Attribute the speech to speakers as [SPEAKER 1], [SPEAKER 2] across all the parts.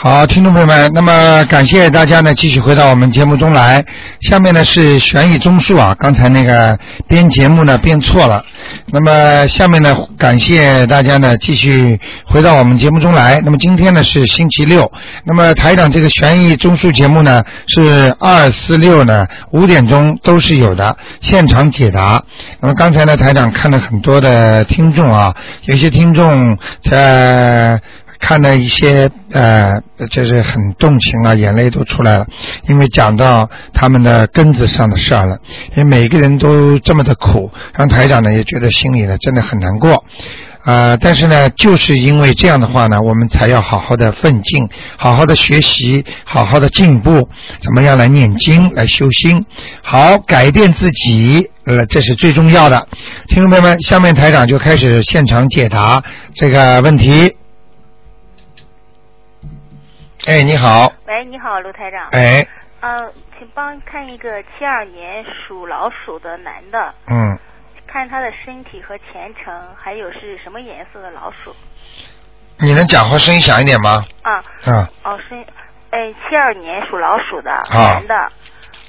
[SPEAKER 1] 好，听众朋友们，那么感谢大家呢，继续回到我们节目中来。下面呢是悬疑综述啊，刚才那个编节目呢编错了。那么下面呢，感谢大家呢继续回到我们节目中来。那么今天呢是星期六，那么台长这个悬疑综述节目呢是二四六呢五点钟都是有的现场解答。那么刚才呢台长看了很多的听众啊，有些听众在。看了一些呃，就是很动情啊，眼泪都出来了，因为讲到他们的根子上的事儿了。因为每个人都这么的苦，让台长呢也觉得心里呢真的很难过啊、呃。但是呢，就是因为这样的话呢，我们才要好好的奋进，好好的学习，好好的进步，怎么样来念经，来修心，好改变自己。呃，这是最重要的。听众朋友们，下面台长就开始现场解答这个问题。哎，你好。
[SPEAKER 2] 喂，你好，卢台长。
[SPEAKER 1] 哎。
[SPEAKER 2] 呃，请帮看一个七二年属老鼠的男的，
[SPEAKER 1] 嗯，
[SPEAKER 2] 看他的身体和前程，还有是什么颜色的老鼠。
[SPEAKER 1] 你能讲话声音响一点吗？
[SPEAKER 2] 啊。
[SPEAKER 1] 啊。
[SPEAKER 2] 哦，身，哎，七二年属老鼠的、
[SPEAKER 1] 啊
[SPEAKER 2] 男的，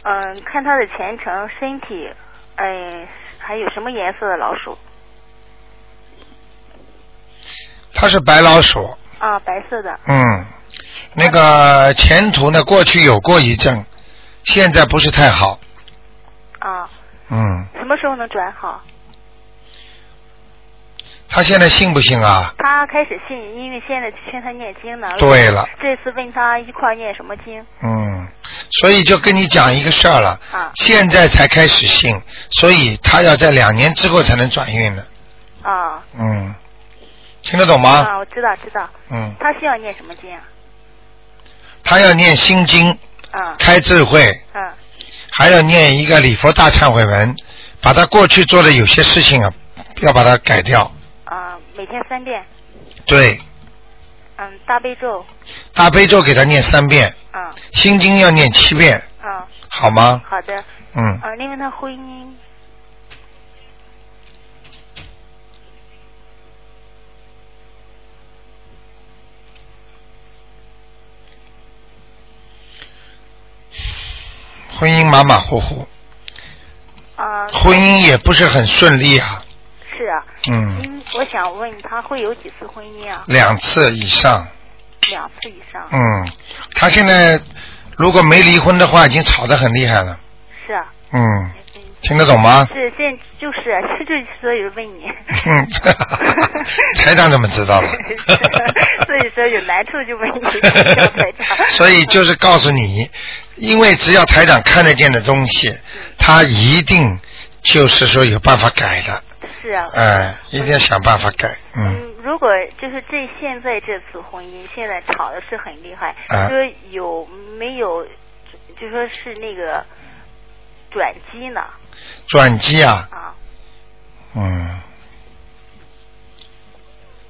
[SPEAKER 2] 嗯、看他的前程、身体，哎，还有什么颜色的老鼠？
[SPEAKER 1] 他是白老鼠，
[SPEAKER 2] 啊，白色的。
[SPEAKER 1] 嗯，那个前途呢，过去有过一阵，现在不是太好，
[SPEAKER 2] 啊，
[SPEAKER 1] 嗯，
[SPEAKER 2] 什么时候能转好？
[SPEAKER 1] 他现在信不信啊？
[SPEAKER 2] 他开始信，因为现在劝他念经呢。
[SPEAKER 1] 对了，
[SPEAKER 2] 这次问他一块儿念什么经
[SPEAKER 1] 嗯，所以就跟你讲一个事儿了，
[SPEAKER 2] 啊
[SPEAKER 1] 现在才开始信，所以他要在两年之后才能转运呢，
[SPEAKER 2] 啊
[SPEAKER 1] 嗯，听得懂吗？
[SPEAKER 2] 啊！我知道知道，
[SPEAKER 1] 嗯，
[SPEAKER 2] 他需要念什么经啊？
[SPEAKER 1] 他要念心经，
[SPEAKER 2] 啊
[SPEAKER 1] 开智慧，
[SPEAKER 2] 嗯
[SPEAKER 1] 还要念一个礼佛大忏悔文，把他过去做的有些事情啊，要把它改掉。
[SPEAKER 2] 啊，每天三遍，
[SPEAKER 1] 对，
[SPEAKER 2] 嗯，大悲咒，
[SPEAKER 1] 大悲咒给他念三遍，
[SPEAKER 2] 嗯
[SPEAKER 1] 心经要念七遍，
[SPEAKER 2] 嗯，
[SPEAKER 1] 好吗？
[SPEAKER 2] 好的，
[SPEAKER 1] 嗯，
[SPEAKER 2] 啊，另外他婚姻，
[SPEAKER 1] 婚姻马马虎虎，
[SPEAKER 2] 啊，
[SPEAKER 1] 婚姻也不是很顺利啊。
[SPEAKER 2] 是啊，
[SPEAKER 1] 嗯，
[SPEAKER 2] 因我想问他会有几次婚姻啊？
[SPEAKER 1] 两次以上。
[SPEAKER 2] 两次以上，
[SPEAKER 1] 嗯，他现在如果没离婚的话，已经吵得很厉害了。
[SPEAKER 2] 是啊，
[SPEAKER 1] 嗯，
[SPEAKER 2] 嗯
[SPEAKER 1] 听得懂 吗？
[SPEAKER 2] 是现就是是就是所以问你，
[SPEAKER 1] 嗯， 台长怎么知道的？
[SPEAKER 2] 所以说有难处就问 你，叫台长
[SPEAKER 1] 所以就是告诉你，因为只要台长看得见的东西，他一定就是说有办法改的，
[SPEAKER 2] 是啊，
[SPEAKER 1] 哎、一定要想办法改，嗯，
[SPEAKER 2] 嗯，如果就是这现在这次婚姻，现在吵的是很厉害，
[SPEAKER 1] 啊
[SPEAKER 2] 说有没有，就说是那个转机呢？
[SPEAKER 1] 转机啊，
[SPEAKER 2] 啊，
[SPEAKER 1] 嗯，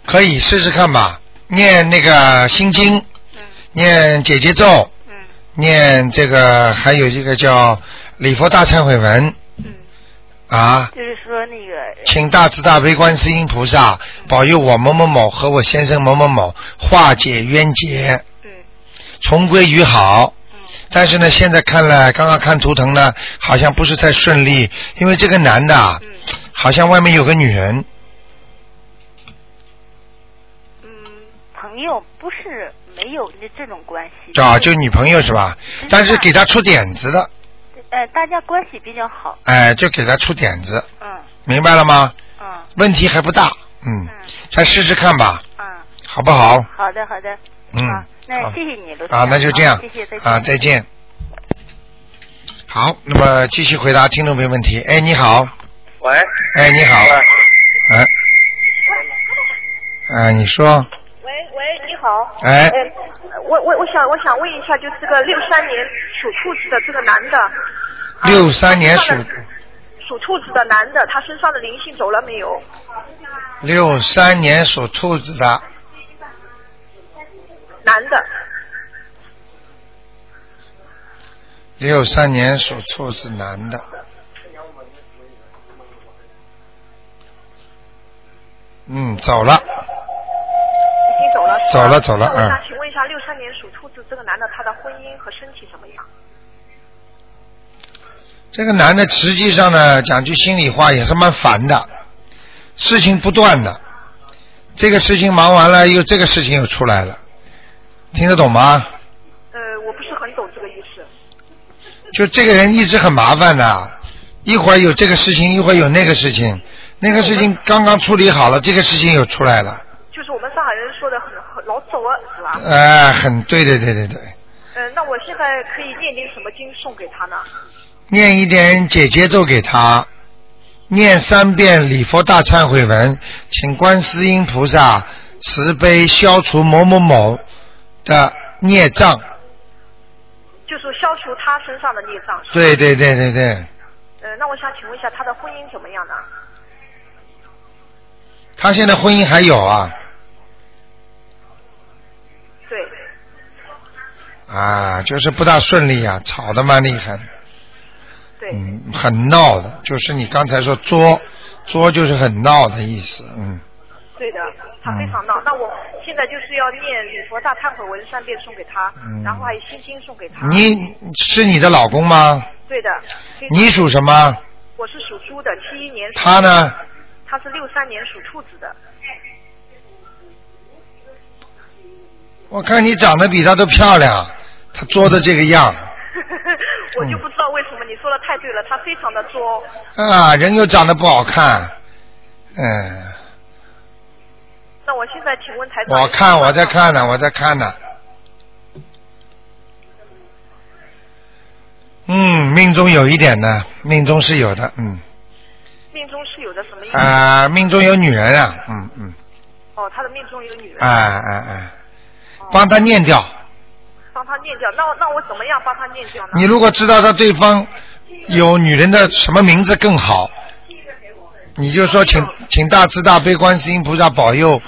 [SPEAKER 1] 可以试试看吧，念那个心经，
[SPEAKER 2] 嗯
[SPEAKER 1] 念姐姐咒，
[SPEAKER 2] 嗯
[SPEAKER 1] 念这个还有一个叫礼佛大忏悔文
[SPEAKER 2] 嗯，
[SPEAKER 1] 啊，
[SPEAKER 2] 就是说那个嗯
[SPEAKER 1] 请大慈大悲观世音菩萨保佑我某某某和我先生某某某化解冤结，
[SPEAKER 2] 嗯
[SPEAKER 1] 重归于好。
[SPEAKER 2] 嗯
[SPEAKER 1] 但是呢，现在看了，刚刚看图腾呢，好像不是太顺利，因为这个男的啊
[SPEAKER 2] 嗯
[SPEAKER 1] 好像外面有个女人，
[SPEAKER 2] 嗯，朋友不是没有那这种关系，
[SPEAKER 1] 找就女朋友是吧？
[SPEAKER 2] 嗯
[SPEAKER 1] 但是给他出点子的，
[SPEAKER 2] 呃大家关系比较好，
[SPEAKER 1] 哎，就给他出点子，
[SPEAKER 2] 嗯
[SPEAKER 1] 明白了吗？
[SPEAKER 2] 嗯
[SPEAKER 1] 问题还不大，嗯
[SPEAKER 2] 嗯，
[SPEAKER 1] 再试试看吧，
[SPEAKER 2] 嗯，
[SPEAKER 1] 好不好？
[SPEAKER 2] 好的好的，
[SPEAKER 1] 嗯
[SPEAKER 2] 啊，那
[SPEAKER 1] 好
[SPEAKER 2] 谢谢你卢台长
[SPEAKER 1] 啊，那就这样，
[SPEAKER 2] 谢谢再见
[SPEAKER 1] 啊，再见。好，那么继续回答听众朋友问题。哎，你好，
[SPEAKER 3] 喂，
[SPEAKER 1] 哎，你好，
[SPEAKER 3] 喂
[SPEAKER 1] 哎，啊，你说，
[SPEAKER 4] 喂喂，你好。
[SPEAKER 1] 哎，
[SPEAKER 4] 呃我我我想我想问一下，就是这个六三年属兔子的这个男的。
[SPEAKER 1] 63年
[SPEAKER 4] 他
[SPEAKER 1] 属
[SPEAKER 4] 上了属兔子的男的，他身上的灵性走了没有？
[SPEAKER 1] 六三年属兔子的，
[SPEAKER 4] 男的，
[SPEAKER 1] 六三年属兔子男的。嗯，走了，
[SPEAKER 4] 已经走了。是吧
[SPEAKER 1] 走了走了
[SPEAKER 4] 那我想
[SPEAKER 1] 嗯
[SPEAKER 4] 请问一下，六三年属兔子这个男的，他的婚姻和身体怎么样？
[SPEAKER 1] 这个男的实际上呢，讲句心里话也是蛮烦的，事情不断的，这个事情忙完了，又这个事情又出来了，听得懂吗？
[SPEAKER 4] 呃，我不是很懂这个意思。
[SPEAKER 1] 就这个人一直很麻烦的、一会儿有这个事情，一会儿有那个事情，那个事情刚刚处理好了，这个事情又出来了，
[SPEAKER 4] 就是我们上海人说的很很老走啊，是吧？
[SPEAKER 1] 哎、很对对对对对，
[SPEAKER 4] 嗯，那我现在可以念点什么经送给他呢？
[SPEAKER 1] 念一点解节奏给他，念三遍礼佛大忏悔文，请观世音菩萨慈悲消除某某某的孽障。
[SPEAKER 4] 就是消除他身上的孽障。是吧
[SPEAKER 1] 对。对对对对，
[SPEAKER 4] 呃，那我想请问一下，他的婚姻怎么样呢？
[SPEAKER 1] 他现在婚姻还有啊
[SPEAKER 4] 对，
[SPEAKER 1] 啊，就是不大顺利啊，吵得蛮厉害的。
[SPEAKER 4] 对，
[SPEAKER 1] 嗯，很闹的，就是你刚才说作，作就是很闹的意思，嗯，
[SPEAKER 4] 对的，他非常闹。那我现在就是要念礼佛大忏悔文三遍送给他，
[SPEAKER 1] 嗯
[SPEAKER 4] 然后还有心经送给他。
[SPEAKER 1] 你是你的老公吗？
[SPEAKER 4] 对的，非常
[SPEAKER 1] 你属什么？
[SPEAKER 4] 我是属猪的，七一年。
[SPEAKER 1] 他？呢？
[SPEAKER 4] 他是六三年属兔子的。
[SPEAKER 1] 我看你长得比他都漂亮，他作的这个样
[SPEAKER 4] 我就不知道为什么你说的太对了，他非常的作。
[SPEAKER 1] 啊，人又长得不好看，嗯，
[SPEAKER 4] 那我现在请问台长，
[SPEAKER 1] 我看我在看呢，我在看呢，嗯，命中有一点呢，命中是有的，嗯，
[SPEAKER 4] 命中是有的什么意思？
[SPEAKER 1] 啊，命中有女人啊，嗯嗯，
[SPEAKER 4] 哦，他的命中有女人，
[SPEAKER 1] 哎哎哎，帮他念掉。
[SPEAKER 4] 帮他念掉。那我那我怎么样帮他念掉呢？
[SPEAKER 1] 你如果知道他对方有女人的什么名字更好，你就说请请大慈大悲观世音菩萨保佑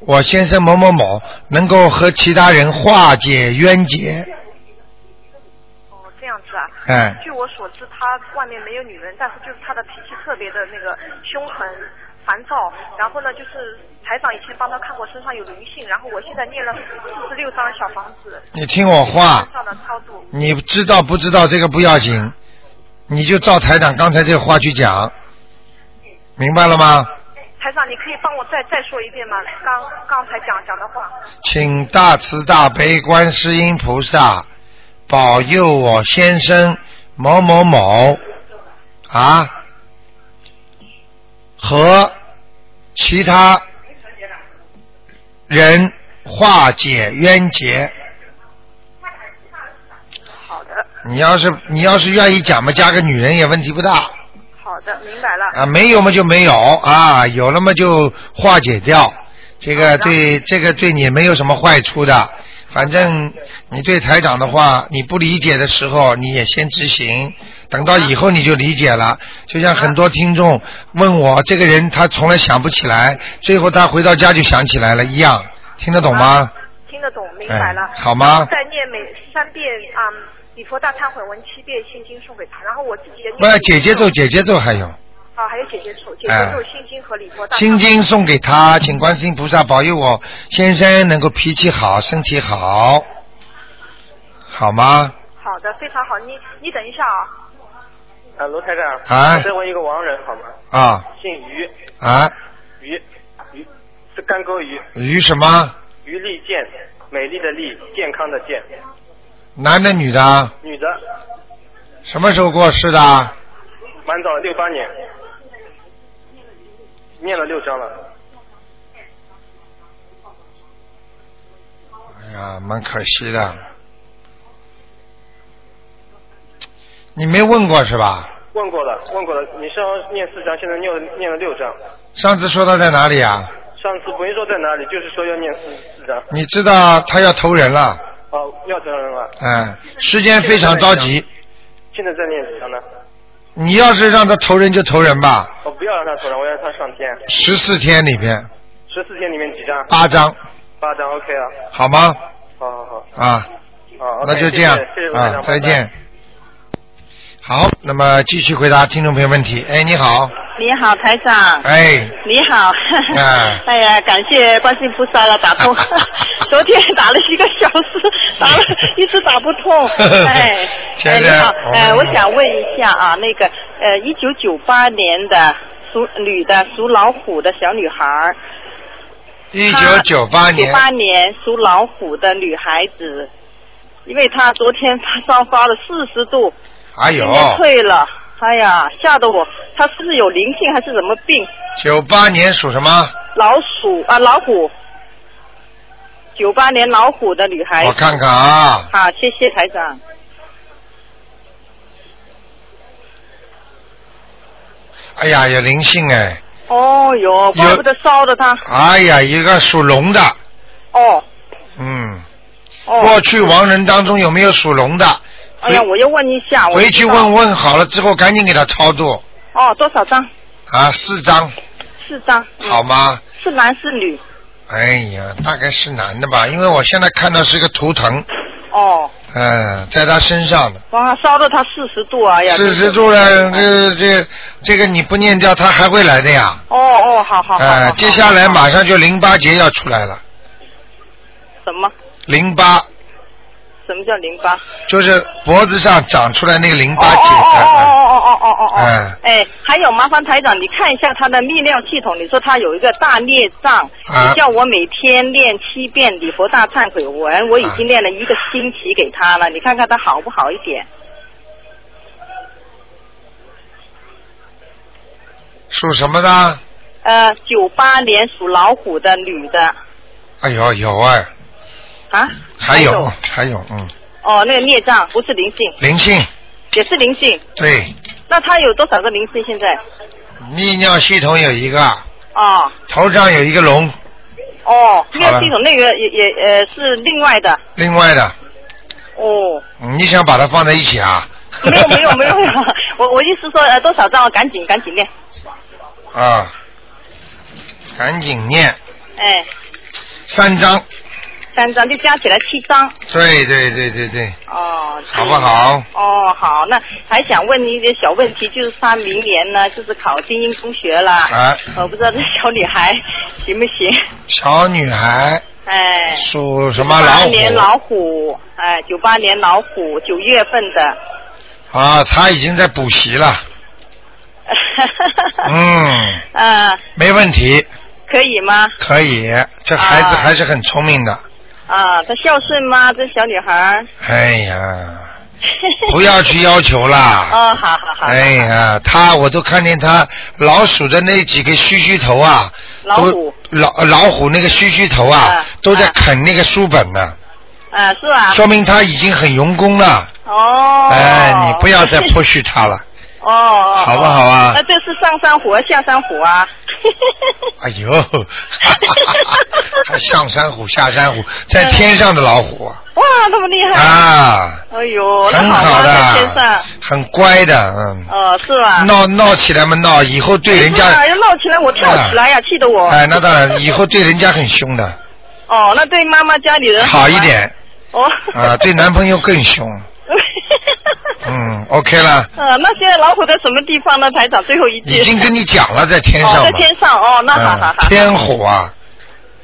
[SPEAKER 1] 我先生某某某能够和其他人化解冤结。
[SPEAKER 4] 哦，这样子啊。
[SPEAKER 1] 哎
[SPEAKER 4] 据我所知，他外面没有女人，但是就是他的脾气特别的那个凶狠、烦躁。然后呢，就是台长以前帮他看过身上有灵性，然后我现在念了四十六张小房子，
[SPEAKER 1] 你听我话
[SPEAKER 4] 身，上的超度。
[SPEAKER 1] 你知道不知道这个不要紧，你就照台长刚才这个话去讲，明白了吗？
[SPEAKER 4] 台长，你可以帮我再再说一遍吗？刚刚才讲讲的话。
[SPEAKER 1] 请大慈大悲观世音菩萨保佑我先生某某某啊和其他人化解冤结。
[SPEAKER 4] 好的，
[SPEAKER 1] 你要是你要是愿意讲嘛，加个女人也问题不大
[SPEAKER 4] 好的，明白了。
[SPEAKER 1] 啊，没有嘛就没有啊，有了嘛就化解掉。这个对这个对你没有什么坏处的，反正你对台长的话，你不理解的时候，你也先执行，等到以后你就理解了。就像很多听众问我，这个人他从来想不起来，最后他回到家就想起来了一样，听得懂吗？
[SPEAKER 4] 啊听得懂，明白了。
[SPEAKER 1] 哎好吗
[SPEAKER 4] 再念每三遍啊，嗯礼佛大忏悔文七遍，心经送给他，然后我自己也念。
[SPEAKER 1] 不，姐姐咒，姐姐咒还有。
[SPEAKER 4] 啊，还有姐姐咒，姐
[SPEAKER 1] 哎
[SPEAKER 4] 姐咒、心经和 礼佛大。
[SPEAKER 1] 心。经送给他，请观世音菩萨保佑我先生能够脾气好，身体好，好吗？
[SPEAKER 4] 好的，非常好。你你等一下啊，
[SPEAKER 3] 啊，罗台长，
[SPEAKER 1] 啊
[SPEAKER 3] 我再问一个亡人好吗？
[SPEAKER 1] 啊
[SPEAKER 3] 姓于，
[SPEAKER 1] 啊，
[SPEAKER 3] 于，于是干沟鱼，
[SPEAKER 1] 于什么？
[SPEAKER 3] 于丽健，美丽的丽，健康的健，
[SPEAKER 1] 男的女的？
[SPEAKER 3] 女的，
[SPEAKER 1] 什么时候过世的？哎
[SPEAKER 3] 蛮早六八年，念了六章了，
[SPEAKER 1] 哎呀，蛮可惜的。你没问过是吧？
[SPEAKER 3] 问过了，问过了，你上次念四章，现在念了念了六章，
[SPEAKER 1] 上次说他在哪里啊？
[SPEAKER 3] 上次不是说在哪里，就是说要念四四章，
[SPEAKER 1] 你知道他要投人了，
[SPEAKER 3] 哦，要多少人了？
[SPEAKER 1] 哎，时间非常着急。
[SPEAKER 3] 现在在念几章呢？
[SPEAKER 1] 你要是让他投人就投人吧，
[SPEAKER 3] 我不要让他投人，我要让他上天。
[SPEAKER 1] 十四天里边
[SPEAKER 3] 十四天里面几张？
[SPEAKER 1] 八张，
[SPEAKER 3] 八张，OK 啊。
[SPEAKER 1] 好吗？
[SPEAKER 3] 好好好，
[SPEAKER 1] 啊，
[SPEAKER 3] 好，
[SPEAKER 1] 那就这样
[SPEAKER 3] 谢谢
[SPEAKER 1] 啊，再。见。好，那么继续回答听众朋友问题。哎，你
[SPEAKER 3] 啊
[SPEAKER 1] 好，
[SPEAKER 5] 你好，台长。
[SPEAKER 1] 哎，
[SPEAKER 5] 你好，
[SPEAKER 1] 哎。。
[SPEAKER 5] 哎呀，感谢观世音菩萨了，打通昨天打了一个小时，打了一直打不通 哎，
[SPEAKER 1] 现
[SPEAKER 5] 哎，你
[SPEAKER 1] 在哦
[SPEAKER 5] 好，哎，
[SPEAKER 1] 我
[SPEAKER 5] 我
[SPEAKER 1] 们
[SPEAKER 5] 想问一下啊，那个呃，一九九八年的属女的属老虎的小女孩儿，
[SPEAKER 1] 一九九八年
[SPEAKER 5] 啊九，八年属老虎的女孩子，因为她昨天发烧发了四十度，
[SPEAKER 1] 哎
[SPEAKER 5] 今
[SPEAKER 1] 呦，
[SPEAKER 5] 天退了，哎呀，吓得我，她是不是有灵性还是什么病？
[SPEAKER 1] 九八年属什么？
[SPEAKER 5] 老鼠啊，老虎，九八年老虎的女孩
[SPEAKER 1] 我。看看啊，
[SPEAKER 5] 好，谢谢台长。
[SPEAKER 1] 哎呀，有灵性哎，
[SPEAKER 5] 哦哟，怪不得烧的她。
[SPEAKER 1] 哎呀，一个属龙的，
[SPEAKER 5] 哦
[SPEAKER 1] 嗯，过
[SPEAKER 5] 哦，
[SPEAKER 1] 去亡人当中有没有属龙的？
[SPEAKER 5] 哎呀，我要问一下。我
[SPEAKER 1] 回去
[SPEAKER 5] 不知道
[SPEAKER 1] 问。问好了之后，赶紧给他超度
[SPEAKER 5] 哦，多少张？
[SPEAKER 1] 啊，四张
[SPEAKER 5] 四张。嗯
[SPEAKER 1] 好吗？
[SPEAKER 5] 是男是女？
[SPEAKER 1] 哎呀，大概是男的吧，因为我现在看到是个图腾，
[SPEAKER 5] 哦，
[SPEAKER 1] 嗯，在他身上的。
[SPEAKER 5] 哇，烧到她四十度啊哎呀。
[SPEAKER 1] 四十度了，这这这个你不念掉，他还会来的呀。
[SPEAKER 5] 哦哦，好好好。好
[SPEAKER 1] 哎，
[SPEAKER 5] 好
[SPEAKER 1] 接下来马上就淋巴结要出来了，
[SPEAKER 5] 什么？
[SPEAKER 1] 淋巴
[SPEAKER 5] 什么叫淋巴？
[SPEAKER 1] 就是脖子上长出来那个淋
[SPEAKER 5] 哦
[SPEAKER 1] 巴结哎的，
[SPEAKER 5] 哦哦哦哦哦哦哦
[SPEAKER 1] 嗯
[SPEAKER 5] 哦！哎，还有麻烦台长，你看一下他的泌尿系统，你说他有一个大孽障，
[SPEAKER 1] 啊
[SPEAKER 5] 你叫我每天练七遍礼佛大忏悔文，我已经练了一个星期给他了，你看看他好不好一点？
[SPEAKER 1] 属什么的？
[SPEAKER 5] 呃，九八年属老虎的女的
[SPEAKER 1] 哎呦，有哎，
[SPEAKER 5] 啊，
[SPEAKER 1] 还有还有，嗯，
[SPEAKER 5] 哦，那个孽障不是灵性，
[SPEAKER 1] 灵性，
[SPEAKER 5] 也是灵性，
[SPEAKER 1] 对，
[SPEAKER 5] 那他有多少个灵性现在？
[SPEAKER 1] 泌尿系统有一个，
[SPEAKER 5] 哦
[SPEAKER 1] 头上有一个龙，
[SPEAKER 5] 哦，泌
[SPEAKER 1] 好了
[SPEAKER 5] 尿系统那个也也呃是另外的
[SPEAKER 1] 另外的，嗯
[SPEAKER 5] 哦。
[SPEAKER 1] 你想把它放在一起啊？
[SPEAKER 5] 没有没有没有， 我我意思说呃多少张，赶紧赶紧练，
[SPEAKER 1] 啊，赶紧念
[SPEAKER 5] 哎，
[SPEAKER 1] 三张，
[SPEAKER 5] 三张就加起来七张
[SPEAKER 1] 对对对对对，
[SPEAKER 5] 哦，
[SPEAKER 1] 好不？好？
[SPEAKER 5] 哦，好，那还想问你一点小问题，就是她明年呢，就是考精英中学了，
[SPEAKER 1] 啊，
[SPEAKER 5] 我不知道这小女孩行不行？
[SPEAKER 1] 小女孩
[SPEAKER 5] 哎，
[SPEAKER 1] 属什
[SPEAKER 5] 九
[SPEAKER 1] 么
[SPEAKER 5] 八
[SPEAKER 1] 老
[SPEAKER 5] 年
[SPEAKER 1] 虎？
[SPEAKER 5] 老虎，哎，九八年老虎，九月份的，
[SPEAKER 1] 啊，她已经在补习了，嗯，
[SPEAKER 5] 呃，
[SPEAKER 1] 没问题，
[SPEAKER 5] 可以吗？
[SPEAKER 1] 可以。这孩子
[SPEAKER 5] 啊
[SPEAKER 1] 还是很聪明的。
[SPEAKER 5] 啊，她孝顺吗？这小女孩 儿？
[SPEAKER 1] 哎呀，不要去要求啦。
[SPEAKER 5] 哦，好好好。
[SPEAKER 1] 哎呀，他我都看见他老鼠的那几个须须头啊，
[SPEAKER 5] 老虎
[SPEAKER 1] 都老老虎那个须须头啊，
[SPEAKER 5] 啊
[SPEAKER 1] 都在
[SPEAKER 5] 啊
[SPEAKER 1] 啃那个书本呢、
[SPEAKER 6] 呃
[SPEAKER 5] 啊，是吧？
[SPEAKER 1] 说明他已经很用功了。
[SPEAKER 5] 哦。
[SPEAKER 1] 哎，你不要 再 p 虚他了。
[SPEAKER 5] 哦哦。
[SPEAKER 1] 好不好啊
[SPEAKER 5] 那这是上山虎啊，下山虎啊。
[SPEAKER 1] 哎呦， 还上山虎下山虎，
[SPEAKER 5] 嗯
[SPEAKER 1] 在天上的老虎啊
[SPEAKER 5] 哇，那么厉害！
[SPEAKER 1] 啊，
[SPEAKER 5] 哎呦，那
[SPEAKER 1] 很
[SPEAKER 5] 好啊在天
[SPEAKER 1] 的
[SPEAKER 5] 上。，
[SPEAKER 1] 很乖的，嗯，
[SPEAKER 5] 哦，是吧？
[SPEAKER 1] 闹闹起来嘛闹，以后对人
[SPEAKER 5] 哎
[SPEAKER 1] 家
[SPEAKER 5] 呀，要闹起来我跳起来呀，气得我。
[SPEAKER 1] 哎，那当然，以后对人家很凶的，
[SPEAKER 5] 哦，那对妈妈家里人
[SPEAKER 1] 好
[SPEAKER 5] 吗
[SPEAKER 1] 一。点
[SPEAKER 5] 哦。
[SPEAKER 1] 啊，对男朋友更凶，嗯，OK 了，
[SPEAKER 5] 呃，那现在老虎在什么地方呢？台长，最后一句。
[SPEAKER 1] 已经跟你讲了，在天
[SPEAKER 5] 哦，
[SPEAKER 1] 上
[SPEAKER 5] 在
[SPEAKER 1] 嘛，
[SPEAKER 5] 天上哦，那好好
[SPEAKER 1] 嗯
[SPEAKER 5] 好。
[SPEAKER 1] 天虎啊，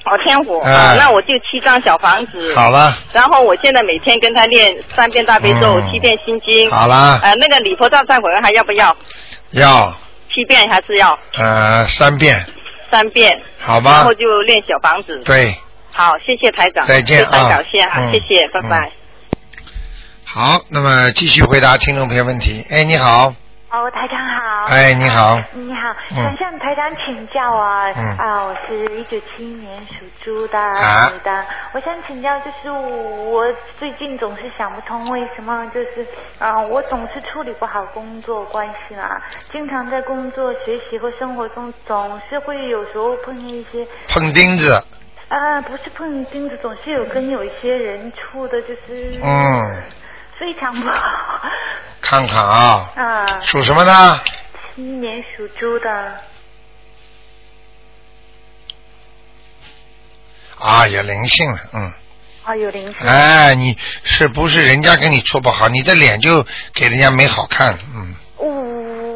[SPEAKER 5] 哦，天虎，
[SPEAKER 1] 哎
[SPEAKER 5] 啊那我就七张小房子。
[SPEAKER 1] 好了，
[SPEAKER 5] 然后我现在每天跟他练三遍大悲咒，
[SPEAKER 1] 嗯
[SPEAKER 5] 七遍心经。
[SPEAKER 1] 好啦
[SPEAKER 5] 呃，那个礼佛大忏悔文还要不要？
[SPEAKER 1] 要
[SPEAKER 5] 七遍还是要
[SPEAKER 1] 呃三遍，
[SPEAKER 5] 三遍？
[SPEAKER 1] 好
[SPEAKER 5] 然
[SPEAKER 1] 吧
[SPEAKER 5] 后？就练小房子。
[SPEAKER 1] 对。
[SPEAKER 5] 好，谢谢台长。
[SPEAKER 1] 再见
[SPEAKER 5] 非常
[SPEAKER 1] 啊
[SPEAKER 5] 感谢啊，
[SPEAKER 1] 嗯
[SPEAKER 5] 谢谢，拜拜。
[SPEAKER 1] 好，那么继续回答听众朋友问题。哎，你好，
[SPEAKER 7] 哦，台长好。
[SPEAKER 1] 哎，你好，
[SPEAKER 7] 你好，
[SPEAKER 1] 嗯
[SPEAKER 7] 想向台长请教啊，
[SPEAKER 1] 嗯
[SPEAKER 7] 啊，我是一九七一年属猪的
[SPEAKER 1] 啊
[SPEAKER 7] 女的，我想请教，就是我最近总是想不通为什么，就是啊，我总是处理不好工作关系啦，经常在工作、学习和生活中总是会有时候碰见一些
[SPEAKER 1] 碰钉子，
[SPEAKER 7] 啊，不是碰钉子，总是有跟有一些人处的，就是
[SPEAKER 1] 嗯，
[SPEAKER 7] 非常不好，
[SPEAKER 1] 看看啊，
[SPEAKER 7] 啊，
[SPEAKER 1] 属什么呢？
[SPEAKER 7] 七一年属猪的，
[SPEAKER 1] 啊，有灵性了，嗯。
[SPEAKER 7] 啊，有灵性。
[SPEAKER 1] 哎，你是不是人家跟你说不好，你的脸就给人家没好看，嗯，
[SPEAKER 7] 我、哦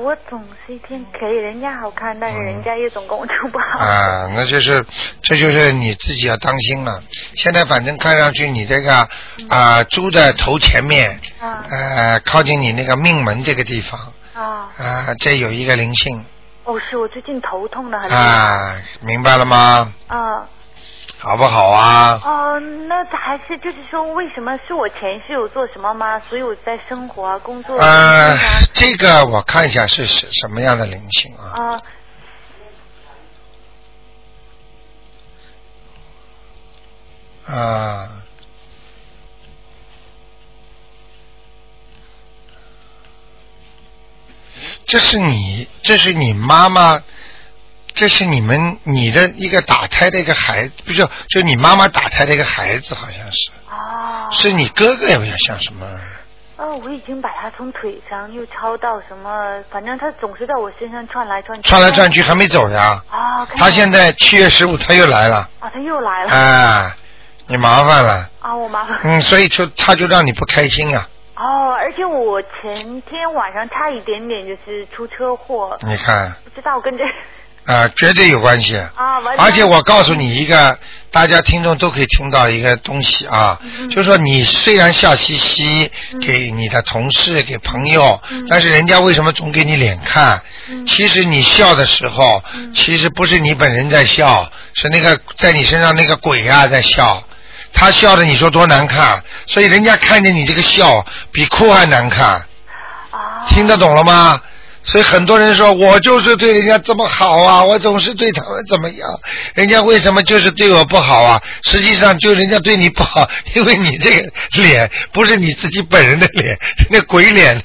[SPEAKER 7] 我总是一天给人家好看，但是人家也总跟我处不好。
[SPEAKER 1] 啊，那就是，这就是你自己要当心了。现在反正看上去你这个啊、猪的头前面，
[SPEAKER 7] 啊
[SPEAKER 1] 呃，靠近你那个命门这个地方，
[SPEAKER 7] 啊！
[SPEAKER 1] 啊、这有一个灵性，
[SPEAKER 7] 哦，是我最近头痛的很厉害。
[SPEAKER 1] 啊，明白了吗？
[SPEAKER 7] 啊
[SPEAKER 1] 好不好啊？
[SPEAKER 7] 哦，那还是就是说，为什么是我前世有做什么吗？所以我在生活啊、工作啊、
[SPEAKER 1] 呃
[SPEAKER 7] 啊，
[SPEAKER 1] 这个我看一下是什什么样的灵性啊？
[SPEAKER 7] 啊
[SPEAKER 1] 啊，这是你，这是你妈妈，这是你们你的一个打胎的一个孩子，不是，就你妈妈打胎的一个孩子，好像是，
[SPEAKER 7] 啊！
[SPEAKER 1] 是你哥哥有点像什么？
[SPEAKER 7] 哦，我已经把他从腿上又抄到什么，反正他总是在我身上窜来窜去。
[SPEAKER 1] 窜来窜去还没走呀？
[SPEAKER 7] 啊！看
[SPEAKER 1] 他
[SPEAKER 7] 到
[SPEAKER 1] 现在七月十五他又来了，
[SPEAKER 7] 啊，他又来了
[SPEAKER 1] 啊，你麻烦了，
[SPEAKER 7] 啊！我麻烦。
[SPEAKER 1] 嗯，所以就他就让你不开心啊，
[SPEAKER 7] 哦，而且我前天晚上差一点点就是出车祸，
[SPEAKER 1] 你看。
[SPEAKER 7] 不知道跟 这
[SPEAKER 1] 啊，绝对有关系。
[SPEAKER 7] 啊完全
[SPEAKER 1] 而且我告诉你一个，大家听众都可以听到一个东西啊，就是说你虽然笑嘻嘻给你的同事、给朋友，但是人家为什么总给你脸看？其实你笑的时候，其实不是你本人在笑，是那个在你身上那个鬼啊在笑。他笑的，你说多难看，所以人家看见你这个笑比哭还难看。
[SPEAKER 7] 啊
[SPEAKER 1] 听得懂了吗？所以很多人说我就是对人家这么好啊，我总是对他们怎么样，人家为什么就是对我不好啊？实际上就人家对你不好， 因为你这个脸不是你自己本人的脸，是那鬼脸。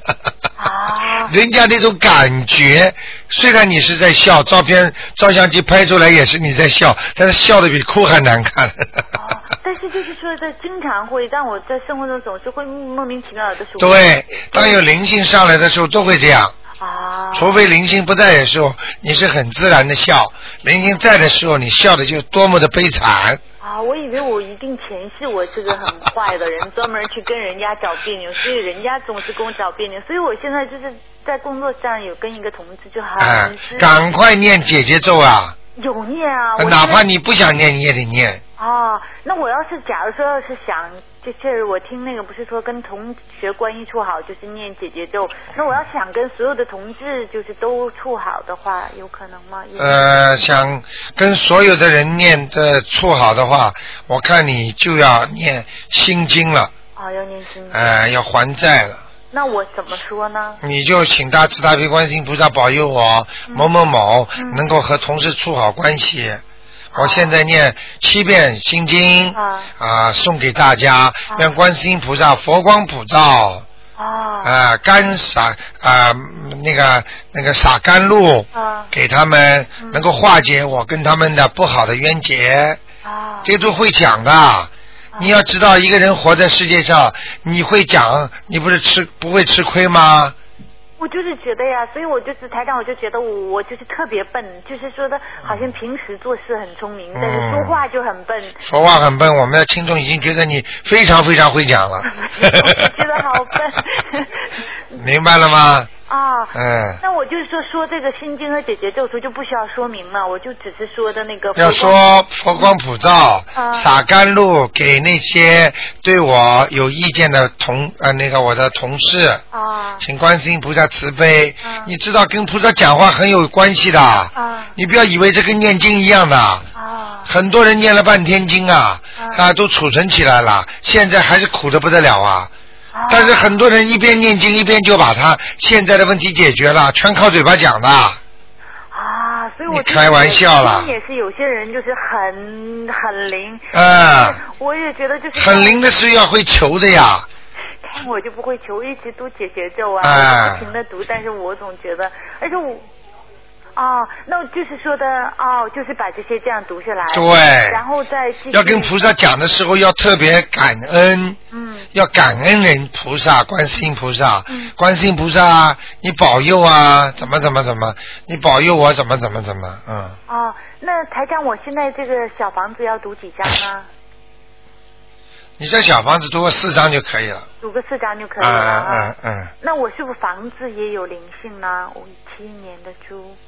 [SPEAKER 7] 啊
[SPEAKER 1] 人家那种感觉，虽然你是在笑，照片照相机拍出来也是你在笑，但是笑的比哭还难看。
[SPEAKER 7] 啊！但是就是说，这经常会让我在生活中总是会莫名其妙的说
[SPEAKER 1] 对，当有灵性上来的时候都会这样。
[SPEAKER 7] 啊
[SPEAKER 1] 除非灵性不在的时候，你是很自然的笑；灵性在的时候，你笑的就多么的悲惨。
[SPEAKER 7] 啊！我以为我一定前世我是个很坏的人，专门去跟人家找别扭，所以人家总是跟我找别扭，所以我现在就是在工作上有跟一个同事就很
[SPEAKER 1] 哎、
[SPEAKER 7] 是
[SPEAKER 1] 赶快念姐姐咒啊！呃
[SPEAKER 7] 有念啊，我
[SPEAKER 1] 哪
[SPEAKER 7] 现在
[SPEAKER 1] 怕你不想念，你也得念。
[SPEAKER 7] 哦，那我要是假如说要是想，就是我听那个不是说跟同学关系处好，就是念姐姐咒。那我要想跟所有的同志就是都处好的话，有可能吗？有
[SPEAKER 1] 呃，想跟所有的人念的处好的话，我看你就要念心经了，
[SPEAKER 7] 哦，要念心经。
[SPEAKER 1] 呃，要还债了。
[SPEAKER 7] 那我怎么说呢？
[SPEAKER 1] 你就请大慈大悲观世音菩萨保佑我某某某能够和同事处好关系。我现在念七遍心经
[SPEAKER 7] 啊
[SPEAKER 1] 啊，送给大家，让观世音菩萨佛光普照
[SPEAKER 7] 哦，
[SPEAKER 1] 啊，甘洒啊那个那个洒甘露，
[SPEAKER 7] 啊
[SPEAKER 1] 给他们能够化解我跟他们的不好的冤结，
[SPEAKER 7] 啊
[SPEAKER 1] 这都会讲的。你要知道，一个人活在世界上，你会讲，你不是吃不会吃亏吗？
[SPEAKER 7] 我就是觉得呀，所以我就是台长，我就觉得我我就是特别笨，就是说的好像平时做事很聪明，但是
[SPEAKER 1] 嗯
[SPEAKER 7] 说话就很 笨。。
[SPEAKER 1] 说话很笨，我们的听众已经觉得你非常非常会讲了
[SPEAKER 7] 我觉得好笨
[SPEAKER 1] 明白了 吗？
[SPEAKER 7] 啊，
[SPEAKER 1] 嗯，
[SPEAKER 7] 那我就是说说这个心经和姐姐咒书就不需要说明了，我就只是说的那个。
[SPEAKER 1] 要说佛光普照，
[SPEAKER 7] 啊
[SPEAKER 1] 洒甘露给那些对我有意见的同呃那个我的同事，
[SPEAKER 7] 啊
[SPEAKER 1] 请观世音菩萨慈悲
[SPEAKER 7] 啊。
[SPEAKER 1] 你知道跟菩萨讲话很有关系的，
[SPEAKER 7] 啊
[SPEAKER 1] 你不要以为这跟念经一样的。
[SPEAKER 7] 啊
[SPEAKER 1] 很多人念了半天经啊，
[SPEAKER 7] 啊
[SPEAKER 1] 啊都储存起来了，现在还是苦的不得了啊。
[SPEAKER 7] 啊
[SPEAKER 1] 但是很多人一边念经一边就把他现在的问题解决了，全靠嘴巴讲的。
[SPEAKER 7] 啊！所以我
[SPEAKER 1] 你
[SPEAKER 7] 就是
[SPEAKER 1] 开玩笑啦
[SPEAKER 7] 心也是有些人就是很很灵，
[SPEAKER 1] 呃，
[SPEAKER 7] 我也觉得就是
[SPEAKER 1] 很灵的是要会求的呀。
[SPEAKER 7] 但我就不会求，一直读解姐咒啊，
[SPEAKER 1] 哎
[SPEAKER 7] 我就不停的读，但是我总觉得，而且我哦，那就是说的哦，就是把这些这样读下来，
[SPEAKER 1] 对
[SPEAKER 7] 然后再继续
[SPEAKER 1] 要跟菩萨讲的时候要特别感恩，
[SPEAKER 7] 嗯，
[SPEAKER 1] 要感恩人菩萨、观世音菩萨、观世音菩萨，你保佑啊，怎么怎么怎么，你保佑我怎么怎么怎么，嗯，
[SPEAKER 7] 哦，那台长，我现在这个小房子要读几张 啊？
[SPEAKER 1] 你这小房子多四张就可以了，
[SPEAKER 7] 读个四张就可以
[SPEAKER 1] 嗯
[SPEAKER 7] 了
[SPEAKER 1] 嗯
[SPEAKER 7] 啊。
[SPEAKER 1] 嗯嗯，
[SPEAKER 7] 那我是不是房子也有灵性呢？我七一年的猪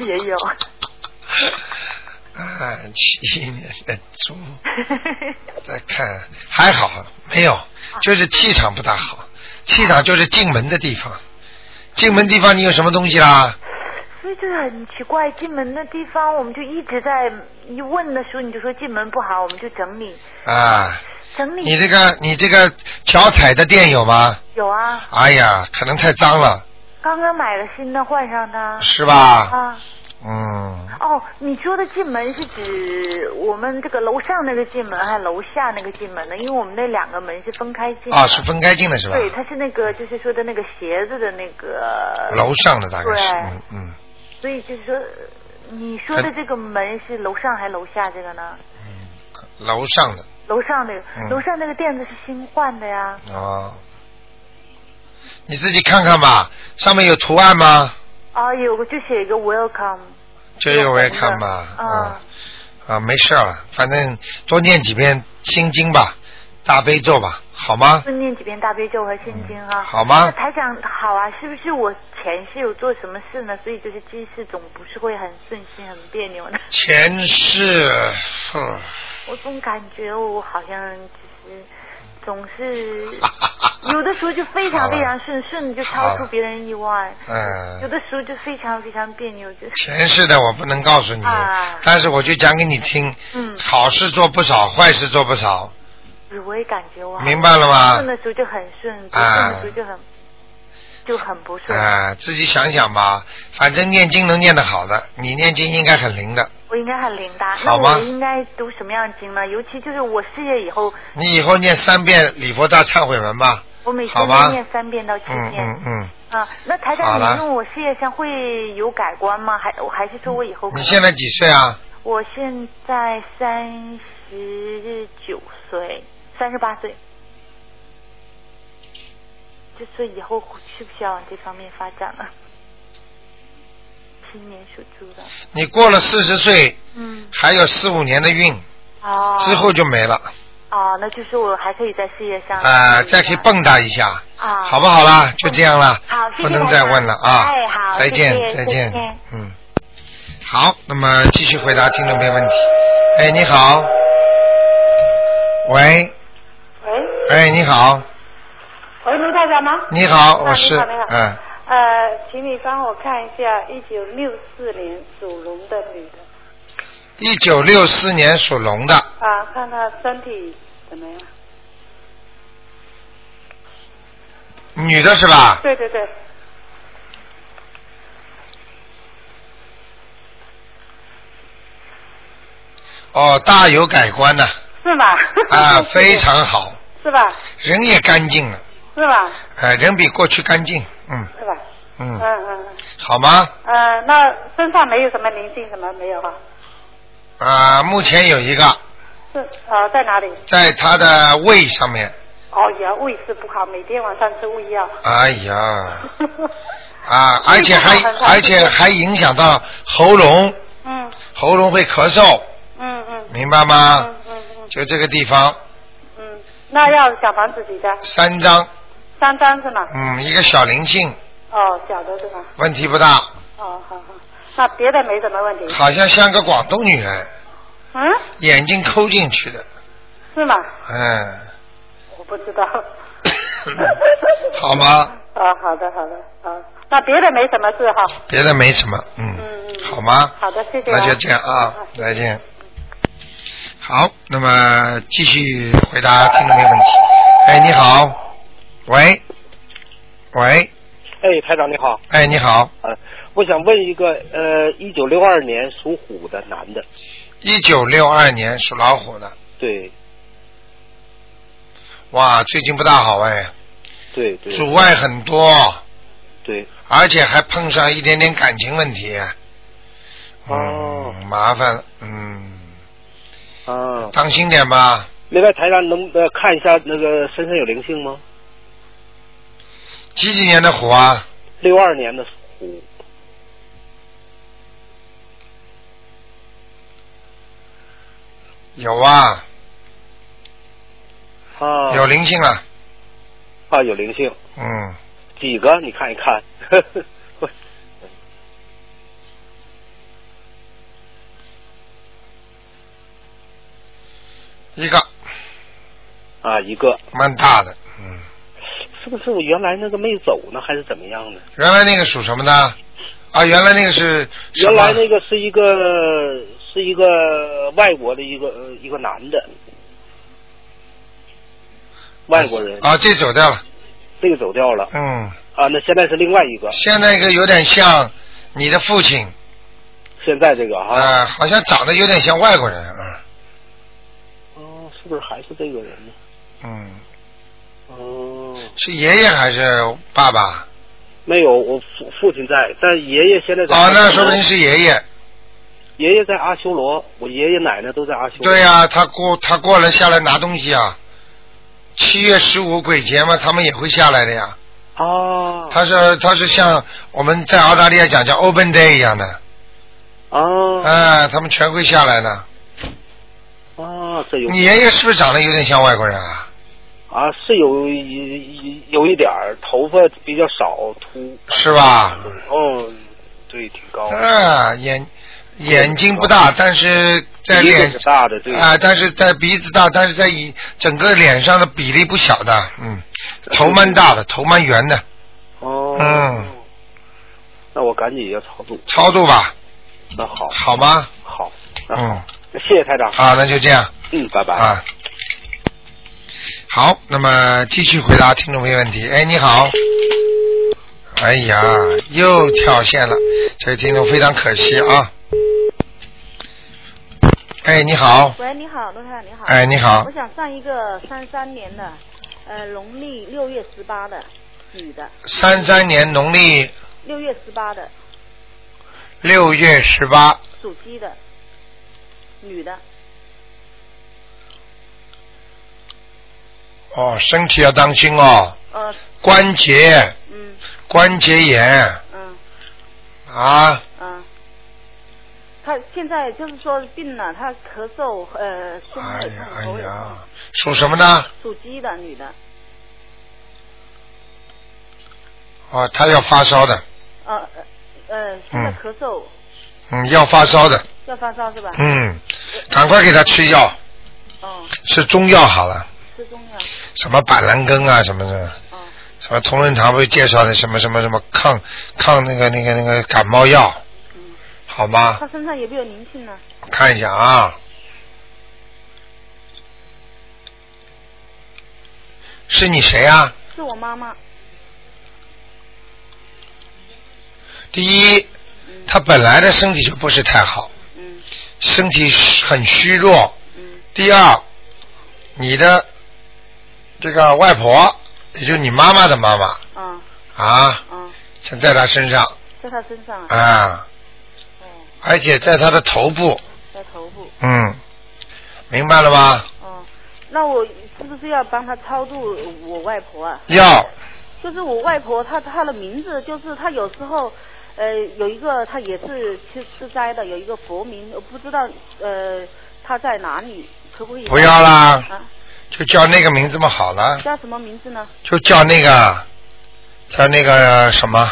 [SPEAKER 7] 也有，
[SPEAKER 1] 啊，七年的猪，再看还好没有，就是气场不大好，气场就是进门的地方，进门地方你有什么东西啦？
[SPEAKER 7] 所以就是很奇怪，进门的地方我们就一直在一问的时候，你就说进门不好，我们就整理
[SPEAKER 1] 啊，
[SPEAKER 7] 整理。
[SPEAKER 1] 你这个你这个脚踩的店有吗？
[SPEAKER 7] 有啊，
[SPEAKER 1] 哎呀，可能太脏了，
[SPEAKER 7] 刚刚买了新的换上的。
[SPEAKER 1] 是吧？
[SPEAKER 7] 啊，
[SPEAKER 1] 嗯，
[SPEAKER 7] 哦，你说的进门是指我们这个楼上那个进门，还有楼下那个进门呢？因为我们那两个门是分开进的。
[SPEAKER 1] 啊，是分开进的是吧？
[SPEAKER 7] 对，它是那个，就是说的那个鞋子的那个，
[SPEAKER 1] 楼上的大概是，
[SPEAKER 7] 对
[SPEAKER 1] 嗯嗯，
[SPEAKER 7] 所以就是说，你说的这个门是楼上还是楼下这个呢？
[SPEAKER 1] 楼上的
[SPEAKER 7] 楼上那个，
[SPEAKER 1] 嗯
[SPEAKER 7] 楼上那个垫子是新换的呀。
[SPEAKER 1] 哦，你自己看看吧，上面有图案吗？
[SPEAKER 7] 啊，有个就写一个 welcome。
[SPEAKER 1] 这个我也看吧，
[SPEAKER 7] 嗯
[SPEAKER 1] 啊啊，没事儿了，反正多念几遍心经吧，大悲咒吧，好吗？
[SPEAKER 7] 就念几遍大悲咒和心经啊哈、
[SPEAKER 1] 好吗
[SPEAKER 7] 那？台长好啊，是不是我前世有做什么事呢？所以就是记事总不是会很顺心、很别扭呢？
[SPEAKER 1] 前世，哼
[SPEAKER 7] 我总感觉我好像就是总 是有的时候就非常非常顺顺，就超出别人意外；有
[SPEAKER 1] 嗯，
[SPEAKER 7] 的时候就非常非常别扭，就是
[SPEAKER 1] 前世的我不能告诉你
[SPEAKER 7] 啊，
[SPEAKER 1] 但是我就讲给你听，
[SPEAKER 7] 嗯，
[SPEAKER 1] 好事做不少，坏事做不少，
[SPEAKER 7] 我也感觉我好像
[SPEAKER 1] 明白了吗
[SPEAKER 7] 顺的时候就很顺，不顺
[SPEAKER 1] 啊
[SPEAKER 7] 的时候就很就很不顺。
[SPEAKER 1] 啊，自己想想吧，反正念经能念得好的，你念经应该很灵的，
[SPEAKER 7] 我应该很灵达，那
[SPEAKER 1] 好吗
[SPEAKER 7] 我应该读什么样的经呢？尤其就是我事业以后，
[SPEAKER 1] 你以后念三遍礼佛大忏悔文吧，
[SPEAKER 7] 我每天
[SPEAKER 1] 好吧
[SPEAKER 7] 都念三遍到七
[SPEAKER 1] 嗯
[SPEAKER 7] 遍。
[SPEAKER 1] 嗯嗯，
[SPEAKER 7] 啊，那台
[SPEAKER 1] 好
[SPEAKER 7] 长，
[SPEAKER 1] 了
[SPEAKER 7] 你认为我事业上会有改观吗？还我还是说我以后可
[SPEAKER 1] 你
[SPEAKER 7] 能
[SPEAKER 1] 现在几岁啊？
[SPEAKER 7] 我现在三十九岁，三十八岁，就是以后需不需要往这方面发展了？今年属猪的，
[SPEAKER 1] 你过了四十岁，
[SPEAKER 7] 嗯，
[SPEAKER 1] 还有四五年的运，
[SPEAKER 7] 哦，
[SPEAKER 1] 之后就没了，
[SPEAKER 7] 哦，那就是我还可以在事业上
[SPEAKER 1] 啊，再可以蹦跶一下，
[SPEAKER 7] 啊，
[SPEAKER 1] 好不好啦？就这样啦
[SPEAKER 7] 好，谢谢
[SPEAKER 1] 不能再问了啊
[SPEAKER 7] 哎好，
[SPEAKER 1] 再
[SPEAKER 7] 谢
[SPEAKER 1] 见，
[SPEAKER 7] 谢
[SPEAKER 1] 再
[SPEAKER 7] 再见
[SPEAKER 1] 见，嗯，好，那么继续回答听众朋友问题。哎，你好，喂，
[SPEAKER 8] 喂，
[SPEAKER 1] 哎，你好，
[SPEAKER 8] 喂，卢太太吗？
[SPEAKER 1] 你好，
[SPEAKER 8] 啊
[SPEAKER 1] 我是，
[SPEAKER 8] 你好你好
[SPEAKER 1] 嗯，
[SPEAKER 8] 呃，请你帮我看一下，一九六四年属龙的女的
[SPEAKER 1] 一九六四年属龙的，
[SPEAKER 8] 啊，看她身体怎么样？
[SPEAKER 1] 女的是吧？
[SPEAKER 8] 对对对，
[SPEAKER 1] 哦，大有改观呐，
[SPEAKER 8] 是吧？
[SPEAKER 1] 啊，非常好，
[SPEAKER 8] 是吧？
[SPEAKER 1] 人也干净了，
[SPEAKER 8] 是吧？
[SPEAKER 1] 呃，人比过去干净，嗯
[SPEAKER 8] 是吧？嗯
[SPEAKER 1] 嗯，
[SPEAKER 8] 嗯嗯，
[SPEAKER 1] 好吗？
[SPEAKER 8] 呃，那身上没有什么灵性，什么没有啊？
[SPEAKER 1] 啊、目前有一个
[SPEAKER 8] 是啊、在哪里？
[SPEAKER 1] 在他的胃上面，
[SPEAKER 8] 哦，也胃是不好，每天晚上吃胃药。
[SPEAKER 1] 哎呀， 啊，而且还
[SPEAKER 8] 胃不好很好
[SPEAKER 1] 而且还影响到喉咙，
[SPEAKER 8] 嗯
[SPEAKER 1] 喉咙会咳嗽，
[SPEAKER 8] 嗯嗯
[SPEAKER 1] 明白吗？
[SPEAKER 8] 嗯嗯嗯
[SPEAKER 1] 就这个地方
[SPEAKER 8] 嗯，那要小房子几张？
[SPEAKER 1] 三张，
[SPEAKER 8] 三张是吗？
[SPEAKER 1] 嗯，一个小灵性，
[SPEAKER 8] 哦，小的是吧？
[SPEAKER 1] 问题不大，
[SPEAKER 8] 哦，好好，那别的没什么问题。
[SPEAKER 1] 好像像个广东女人，
[SPEAKER 8] 嗯，
[SPEAKER 1] 眼睛抠进去的，
[SPEAKER 8] 是吗？
[SPEAKER 1] 嗯，
[SPEAKER 8] 我不知道。
[SPEAKER 1] 好吗？
[SPEAKER 8] 啊，好的，好的，啊，那别的没什么事哈。
[SPEAKER 1] 别的没什么，嗯，
[SPEAKER 8] 嗯嗯
[SPEAKER 1] 好吗？
[SPEAKER 8] 好的，谢谢、啊。
[SPEAKER 1] 那就这样啊
[SPEAKER 8] 好，
[SPEAKER 1] 再见。好，那么继续回答听众朋友问题。哎，你好，喂，喂，
[SPEAKER 3] 哎，台长你好，
[SPEAKER 1] 哎，你好，
[SPEAKER 3] 呃，我想问一个，呃，一九六二年属虎的男的，
[SPEAKER 1] 一九六二年属老虎的，
[SPEAKER 3] 对
[SPEAKER 1] 哇，最近不大好哎，
[SPEAKER 3] 对对
[SPEAKER 1] 阻碍很多，
[SPEAKER 3] 对，
[SPEAKER 1] 而且还碰上一点点感情问题。
[SPEAKER 3] 哦
[SPEAKER 1] 嗯，麻烦了，嗯，
[SPEAKER 3] 啊。
[SPEAKER 1] 当心点吧。
[SPEAKER 3] 另外，台长能呃看一下那个身上有灵性吗？
[SPEAKER 1] 几几年的虎啊？
[SPEAKER 3] 六二年的虎，
[SPEAKER 1] 有啊，
[SPEAKER 3] 啊，
[SPEAKER 1] 有灵性了，
[SPEAKER 3] 啊，有灵性，
[SPEAKER 1] 嗯，
[SPEAKER 3] 几个？你看一看。
[SPEAKER 1] 一个
[SPEAKER 3] 啊，一个，
[SPEAKER 1] 蛮大的，嗯，
[SPEAKER 3] 是不是我原来那个没走呢，还是怎么样呢？
[SPEAKER 1] 原来那个属什么的？啊，原来那个是什么
[SPEAKER 3] 原来那个是一个是一个外国的一个呃一个男的，外国人，
[SPEAKER 1] 啊，这走掉了，
[SPEAKER 3] 这个走掉了
[SPEAKER 1] 嗯，
[SPEAKER 3] 啊。那现在是另外一个，
[SPEAKER 1] 现在一个有点像你的父亲，
[SPEAKER 3] 现在这个
[SPEAKER 1] 啊、
[SPEAKER 3] 哈，
[SPEAKER 1] 好像长得有点像外国人，嗯
[SPEAKER 3] 哦，是不是还是这个人呢？
[SPEAKER 1] 嗯，
[SPEAKER 3] 哦，
[SPEAKER 1] 是爷爷还是爸爸？
[SPEAKER 3] 没有，我父父亲在，但爷爷现在在。
[SPEAKER 1] 哦，那说不定是爷爷。
[SPEAKER 3] 爷爷在阿修罗，我爷爷奶奶都在阿修罗。
[SPEAKER 1] 对呀、他过他过来下来拿东西啊。七月十五鬼节嘛，他们也会下来的呀。
[SPEAKER 3] 哦，
[SPEAKER 1] 他是他是像我们在澳大利亚讲叫 Open Day 一样的，
[SPEAKER 3] 哦
[SPEAKER 1] 哎，他们全会下来的。
[SPEAKER 3] 哦，这有
[SPEAKER 1] 你爷爷是不是长得有点像外国人啊？
[SPEAKER 3] 啊，是有一有一点儿头发比较少秃。
[SPEAKER 1] 是吧？
[SPEAKER 3] 哦，对，挺高的。
[SPEAKER 1] 啊，眼眼睛不大，但是在脸
[SPEAKER 3] 哦鼻子是大的，对。
[SPEAKER 1] 啊、但是在鼻子大，但是在以整个脸上的比例不小的，嗯，头蛮大的，头蛮圆的，
[SPEAKER 3] 哦。
[SPEAKER 1] 嗯。
[SPEAKER 3] 那我赶紧也要操作。
[SPEAKER 1] 超度吧，
[SPEAKER 3] 那好，
[SPEAKER 1] 好吗？
[SPEAKER 3] 好，那好，
[SPEAKER 1] 嗯，
[SPEAKER 3] 那谢谢台长。
[SPEAKER 1] 好，那就这样。
[SPEAKER 3] 嗯，拜拜。
[SPEAKER 1] 啊。好，那么继续回答听众朋友问题。哎，你好。哎呀，又跳线了，这位听众非常可惜啊。哎，你好。
[SPEAKER 8] 喂，你好，罗太太，你好。
[SPEAKER 1] 哎，你好
[SPEAKER 8] 我，想上一个三三年的，呃，农历六月十八的，女的，
[SPEAKER 1] 三三年农历
[SPEAKER 8] 六月十八的，
[SPEAKER 1] 六月十八，
[SPEAKER 8] 属鸡的，女的，
[SPEAKER 1] 哦，身体要当心哦，
[SPEAKER 8] 呃，
[SPEAKER 1] 关节
[SPEAKER 8] 嗯
[SPEAKER 1] 关节炎
[SPEAKER 8] 嗯
[SPEAKER 1] 啊，
[SPEAKER 8] 嗯。她现在就是说病了，她咳嗽，呃，胸
[SPEAKER 1] 哎
[SPEAKER 8] 也
[SPEAKER 1] 呀
[SPEAKER 8] 痛，
[SPEAKER 1] 哎
[SPEAKER 8] 头也痛
[SPEAKER 1] 呀。，属什么呢？
[SPEAKER 8] 属鸡的女的，
[SPEAKER 1] 哦，他要发烧的，
[SPEAKER 8] 呃呃呃，现在咳嗽、
[SPEAKER 1] 嗯，要发烧的，
[SPEAKER 8] 要发烧是吧？
[SPEAKER 1] 嗯，赶快给他吃药，
[SPEAKER 8] 哦，
[SPEAKER 1] 吃中药好了，
[SPEAKER 8] 吃中药，
[SPEAKER 1] 什么板蓝根啊什么的，
[SPEAKER 8] 哦
[SPEAKER 1] 什么同仁堂不是介绍的什么什么什么抗抗那个那个那个感冒药，
[SPEAKER 8] 嗯。
[SPEAKER 1] 好吗
[SPEAKER 8] 她？身上有没有灵性呢？
[SPEAKER 1] 我看一下啊，是你谁啊？
[SPEAKER 8] 是我妈妈，
[SPEAKER 1] 第一，
[SPEAKER 8] 嗯
[SPEAKER 1] 他本来的身体就不是太好，
[SPEAKER 8] 嗯
[SPEAKER 1] 身体很虚弱。
[SPEAKER 8] 嗯
[SPEAKER 1] 第二，你的这个外婆，也就是你妈妈的妈妈
[SPEAKER 8] 啊
[SPEAKER 1] 啊，
[SPEAKER 8] 啊，
[SPEAKER 1] 现在她身上
[SPEAKER 8] 在她身上啊，
[SPEAKER 1] 啊，
[SPEAKER 8] 哦，
[SPEAKER 1] 而且在她的头部，
[SPEAKER 8] 在头部，
[SPEAKER 1] 嗯，明白了吗？
[SPEAKER 8] 哦，那我是不是要帮她超度我外婆啊？
[SPEAKER 1] 要
[SPEAKER 8] 就是我外婆，她她的名字就是她有时候，呃，有一个她也是去吃斋的，有一个佛名，我不知道呃她在哪里，可不可以？
[SPEAKER 1] 不要啦，啊
[SPEAKER 8] 啊，
[SPEAKER 1] 就叫那个名字嘛好了，
[SPEAKER 8] 叫什么名字呢？
[SPEAKER 1] 就叫那个叫那个什么，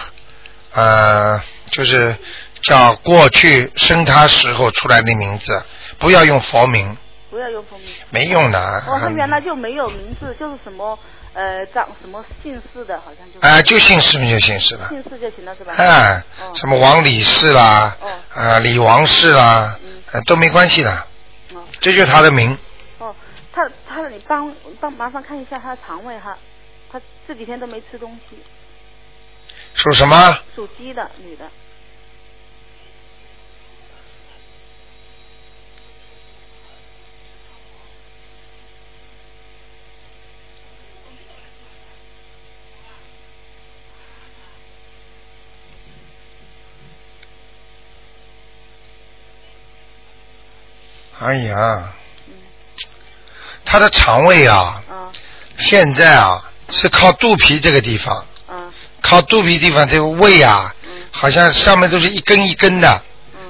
[SPEAKER 1] 呃，就是叫过去生他时候出来的名字，不要用佛名，
[SPEAKER 8] 不要用佛名。
[SPEAKER 1] 没用的。
[SPEAKER 8] 哦，她原来就没有名字，就是什么呃长什么姓氏的，好像就是、
[SPEAKER 1] 哎、就姓氏就姓氏了。
[SPEAKER 8] 姓氏就行了是吧？
[SPEAKER 1] 哎，
[SPEAKER 8] 哦
[SPEAKER 1] 什么王李氏啦，
[SPEAKER 8] 哦
[SPEAKER 1] 呃，李王氏啦，
[SPEAKER 8] 嗯
[SPEAKER 1] 呃，都没关系的，
[SPEAKER 8] 哦
[SPEAKER 1] 这就是他的名。
[SPEAKER 8] 哦，他他你帮帮麻烦看一下他的肠胃哈，他这几天都没吃东西，
[SPEAKER 1] 属什么？
[SPEAKER 8] 属鸡的女的，
[SPEAKER 1] 哎呀，他的肠胃啊，
[SPEAKER 8] 嗯
[SPEAKER 1] 现在啊是靠肚皮这个地方，
[SPEAKER 8] 嗯
[SPEAKER 1] 靠肚皮地方这个胃啊，好像上面都是一根一根的。
[SPEAKER 8] 嗯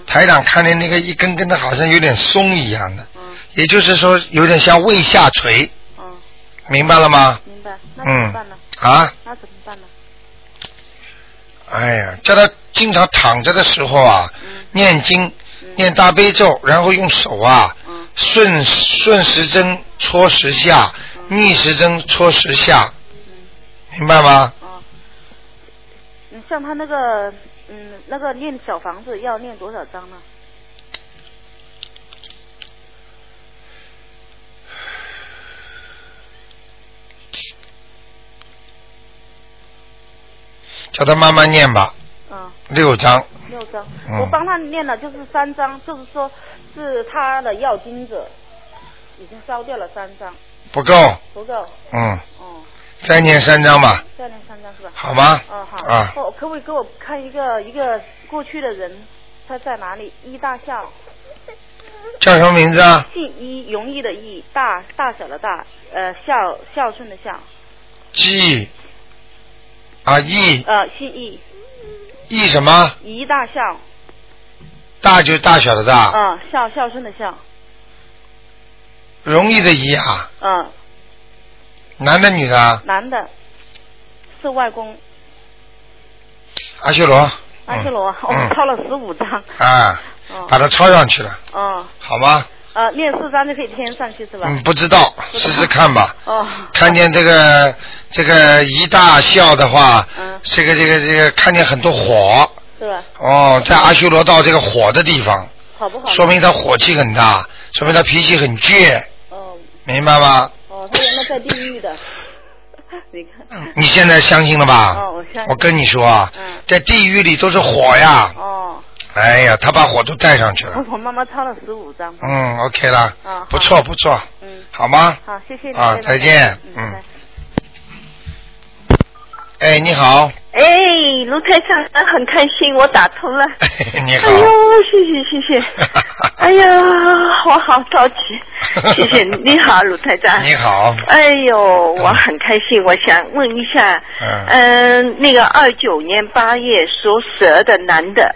[SPEAKER 1] 台长看见那个一根根的，好像有点松一样的，也就是说有点像胃下垂，
[SPEAKER 8] 嗯，
[SPEAKER 1] 明白了吗？
[SPEAKER 8] 明白。那怎么
[SPEAKER 1] 嗯
[SPEAKER 8] 办呢？。
[SPEAKER 1] 啊，
[SPEAKER 8] 那怎么办呢？
[SPEAKER 1] 哎呀，叫他经常躺着的时候啊，
[SPEAKER 8] 嗯
[SPEAKER 1] 念经，念大悲咒，然后用手啊，
[SPEAKER 8] 嗯
[SPEAKER 1] 顺顺时针搓十下，
[SPEAKER 8] 嗯
[SPEAKER 1] 逆时针搓十下，明白吗？
[SPEAKER 8] 嗯，像他那个嗯那个念小房子要念多少章呢？
[SPEAKER 1] 叫他慢慢念吧，
[SPEAKER 8] 嗯。
[SPEAKER 1] 六章，
[SPEAKER 8] 六张，
[SPEAKER 1] 嗯
[SPEAKER 8] 我帮他念了，就是三张，就是说是他的要经者，已经烧掉了三张，
[SPEAKER 1] 不够，
[SPEAKER 8] 不够，
[SPEAKER 1] 嗯，
[SPEAKER 8] 哦，
[SPEAKER 1] 再念三章吧。
[SPEAKER 8] 再念三张是吧？
[SPEAKER 1] 好吗
[SPEAKER 8] 嗯，好。
[SPEAKER 1] 啊
[SPEAKER 8] 哦，可不可以给我看一个一个过去的人，他在哪里？一大夏，
[SPEAKER 1] 叫什么名字啊？
[SPEAKER 8] 姓一，容易的易，大大小的大，呃，孝孝顺的孝，
[SPEAKER 1] 季啊，易
[SPEAKER 8] 呃，姓易，
[SPEAKER 1] 易什么？
[SPEAKER 8] 一大孝，
[SPEAKER 1] 大就是大小的大，
[SPEAKER 8] 嗯，孝孝顺的孝，
[SPEAKER 1] 容易的易啊，
[SPEAKER 8] 嗯，
[SPEAKER 1] 男的女的啊？
[SPEAKER 8] 男的，是外公
[SPEAKER 1] 嗯阿修罗
[SPEAKER 8] 阿修罗，我、
[SPEAKER 1] 嗯
[SPEAKER 8] 抄了十五张，
[SPEAKER 1] 啊，
[SPEAKER 8] 哦
[SPEAKER 1] 把它抄上去了，
[SPEAKER 8] 哦，
[SPEAKER 1] 好吗？
[SPEAKER 8] 呃，念四张就可以添上去是吧？
[SPEAKER 1] 嗯，不知道，试试看吧。
[SPEAKER 8] 哦，
[SPEAKER 1] 看见这个这个一大笑的话，这个这个这个看见很多火
[SPEAKER 8] 嗯是吧？
[SPEAKER 1] 哦，在阿修罗道这个火的地方，
[SPEAKER 8] 好不好？
[SPEAKER 1] 说明他火气很大，说明他脾气很倔，
[SPEAKER 8] 哦
[SPEAKER 1] 明白吗？
[SPEAKER 8] 哦，他原来在地狱的，你看。
[SPEAKER 1] 你现在相信了吧？
[SPEAKER 8] 哦，我相信。嗯
[SPEAKER 1] 我跟你说啊，在地狱里都是火呀！
[SPEAKER 8] 哦，
[SPEAKER 1] 哎呀，他把火都带上去了。
[SPEAKER 8] 我妈妈抄了十五张。
[SPEAKER 1] 嗯，OK 了
[SPEAKER 8] 嗯，
[SPEAKER 1] 不错不错，
[SPEAKER 8] 嗯，
[SPEAKER 1] 好吗？
[SPEAKER 8] 好，谢谢你。
[SPEAKER 1] 啊，再见，嗯。哎，你好，
[SPEAKER 9] 哎，卢台长，
[SPEAKER 10] 呃
[SPEAKER 9] 啊很开心，我打通了。
[SPEAKER 1] 你好
[SPEAKER 9] 哎，呦，谢谢谢 谢。哎呀，我好着急。 谢谢你，你好，卢台长。
[SPEAKER 1] 你。好，
[SPEAKER 9] 哎呦，我很开心，我想问一下，
[SPEAKER 1] 嗯，
[SPEAKER 9] 嗯、那个二九年八月属蛇的男的，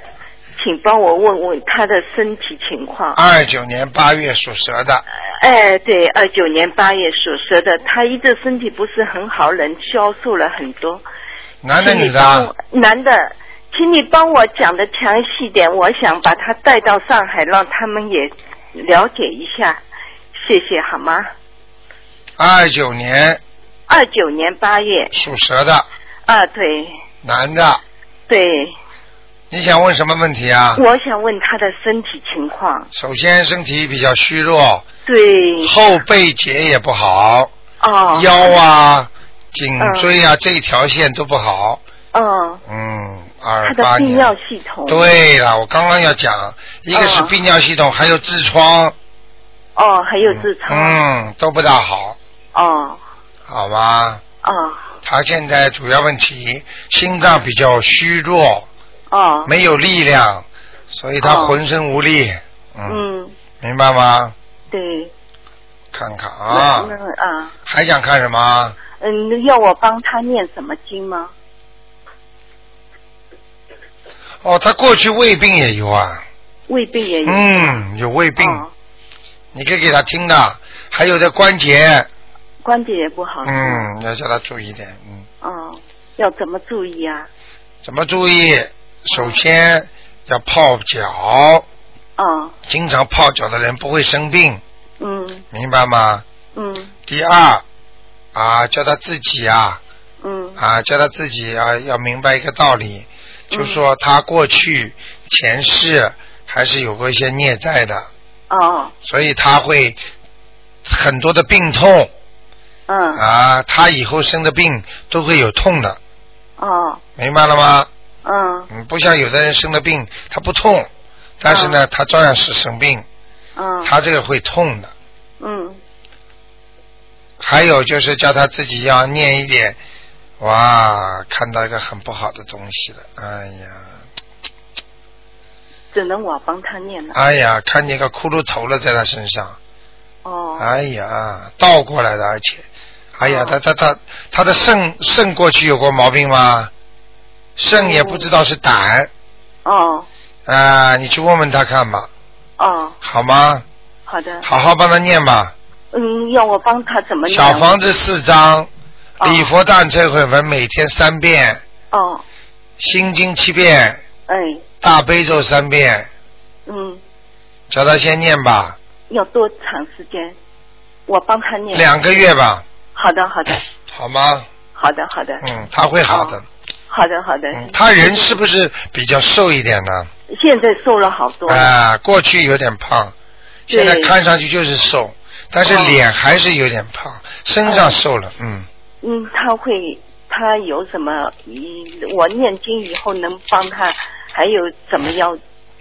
[SPEAKER 9] 请帮我问问他的身体情况。
[SPEAKER 1] 二九年八月属蛇的，
[SPEAKER 9] 哎，对，二九年八月属蛇的，他一直身体不是很好，人消瘦了很多。
[SPEAKER 1] 男的
[SPEAKER 9] 请你
[SPEAKER 1] 女的啊？
[SPEAKER 9] 帮我？男的，请你帮我讲的详细点，我想把他带到上海，让他们也了解一下，谢谢好吗？
[SPEAKER 1] 二九年
[SPEAKER 9] 二九年八月，
[SPEAKER 1] 属蛇的
[SPEAKER 9] 啊，对
[SPEAKER 1] 男的，
[SPEAKER 9] 对，
[SPEAKER 1] 你想问什么问题啊？
[SPEAKER 9] 我想问他的身体情况，
[SPEAKER 1] 首先身体比较虚弱，
[SPEAKER 9] 对，
[SPEAKER 1] 后背节也不好，
[SPEAKER 9] 哦，
[SPEAKER 1] 腰，啊、颈椎啊、这一条线都不好。
[SPEAKER 9] 嗯，
[SPEAKER 1] 嗯，
[SPEAKER 9] 他
[SPEAKER 1] 二
[SPEAKER 9] 的
[SPEAKER 1] 八
[SPEAKER 9] 泌
[SPEAKER 1] 年。
[SPEAKER 9] 尿系统，，
[SPEAKER 1] 对了，我刚刚要讲，一个是
[SPEAKER 9] 哦
[SPEAKER 1] 泌尿系统，还有痔疮，
[SPEAKER 9] 哦，还有痔疮，
[SPEAKER 1] 嗯，都不大好，
[SPEAKER 9] 哦，
[SPEAKER 1] 好吗？
[SPEAKER 9] 哦，
[SPEAKER 1] 他现在主要问题，心脏比较虚弱，
[SPEAKER 9] 哦，
[SPEAKER 1] 没有力量，所以他
[SPEAKER 9] 哦
[SPEAKER 1] 浑身无力，
[SPEAKER 9] 嗯，
[SPEAKER 1] 明白吗？
[SPEAKER 9] 对，
[SPEAKER 1] 看看啊
[SPEAKER 9] 那，那啊，
[SPEAKER 1] 还想看什么？
[SPEAKER 9] 嗯，要我帮他念什么经吗？
[SPEAKER 1] 哦，他过去胃病也有啊，
[SPEAKER 9] 胃病也有，
[SPEAKER 1] 嗯，有胃病，
[SPEAKER 9] 哦
[SPEAKER 1] 你可以给他听的，还有的关节，
[SPEAKER 9] 关节也不好，
[SPEAKER 1] 嗯，要叫他注意点，嗯，
[SPEAKER 9] 哦，要怎么注意啊？
[SPEAKER 1] 怎么注意？首先要泡脚，
[SPEAKER 9] 哦，
[SPEAKER 1] 经常泡脚的人不会生病，
[SPEAKER 9] 嗯
[SPEAKER 1] 明白吗？
[SPEAKER 9] 嗯
[SPEAKER 1] 第二啊，叫他自己啊
[SPEAKER 9] 嗯
[SPEAKER 1] 啊，叫他自己啊，要明白一个道理，就说他过去前世还是有过一些孽债的，
[SPEAKER 9] 哦
[SPEAKER 1] 所以他会很多的病痛
[SPEAKER 9] 嗯
[SPEAKER 1] 啊，他以后生的病都会有痛的，
[SPEAKER 9] 哦
[SPEAKER 1] 明白了吗？
[SPEAKER 9] 嗯
[SPEAKER 1] 嗯，不像有的人生了病他不痛，但是呢，他照样是生病，
[SPEAKER 9] 嗯
[SPEAKER 1] 他这个会痛的。
[SPEAKER 9] 嗯
[SPEAKER 1] 还有就是叫他自己要念一点，哇，看到一个很不好的东西了，哎呀，
[SPEAKER 9] 只能我帮他念了。
[SPEAKER 1] 哎呀，看见个骷髅头了，在他身上。
[SPEAKER 9] 哦。
[SPEAKER 1] 哎呀，倒过来的，而且，哎呀，他他他他的肾肾过去有过毛病吗？肾也不知道是胆
[SPEAKER 9] 哦
[SPEAKER 1] 啊、你去问问他看吧，
[SPEAKER 9] 哦，
[SPEAKER 1] 好吗？
[SPEAKER 9] 好的。
[SPEAKER 1] 好好帮他念吧。
[SPEAKER 9] 嗯，要我帮他怎么念？
[SPEAKER 1] 小房子四张，礼佛大忏悔文每天三遍，
[SPEAKER 9] 哦，
[SPEAKER 1] 心经七遍，
[SPEAKER 9] 哎，
[SPEAKER 1] 大悲咒三遍，
[SPEAKER 9] 嗯，
[SPEAKER 1] 叫他先念吧，
[SPEAKER 9] 要多长时间？我帮他念。
[SPEAKER 1] 两个月。吧，
[SPEAKER 9] 好的，好的，
[SPEAKER 1] 好吗？
[SPEAKER 9] 好的，好的，哦
[SPEAKER 1] 嗯，他会好的。嗯
[SPEAKER 9] 好的，好的。嗯
[SPEAKER 1] 他人是不是比较瘦一点呢？
[SPEAKER 9] 现在瘦了好多。
[SPEAKER 1] 啊，过去有点胖，
[SPEAKER 9] 哦对哦
[SPEAKER 1] 现在看上去就是瘦，但是脸还是有点胖，身上瘦了，嗯，
[SPEAKER 9] 嗯，他会，他有什么？嗯，我念经以后能帮他，还有怎么要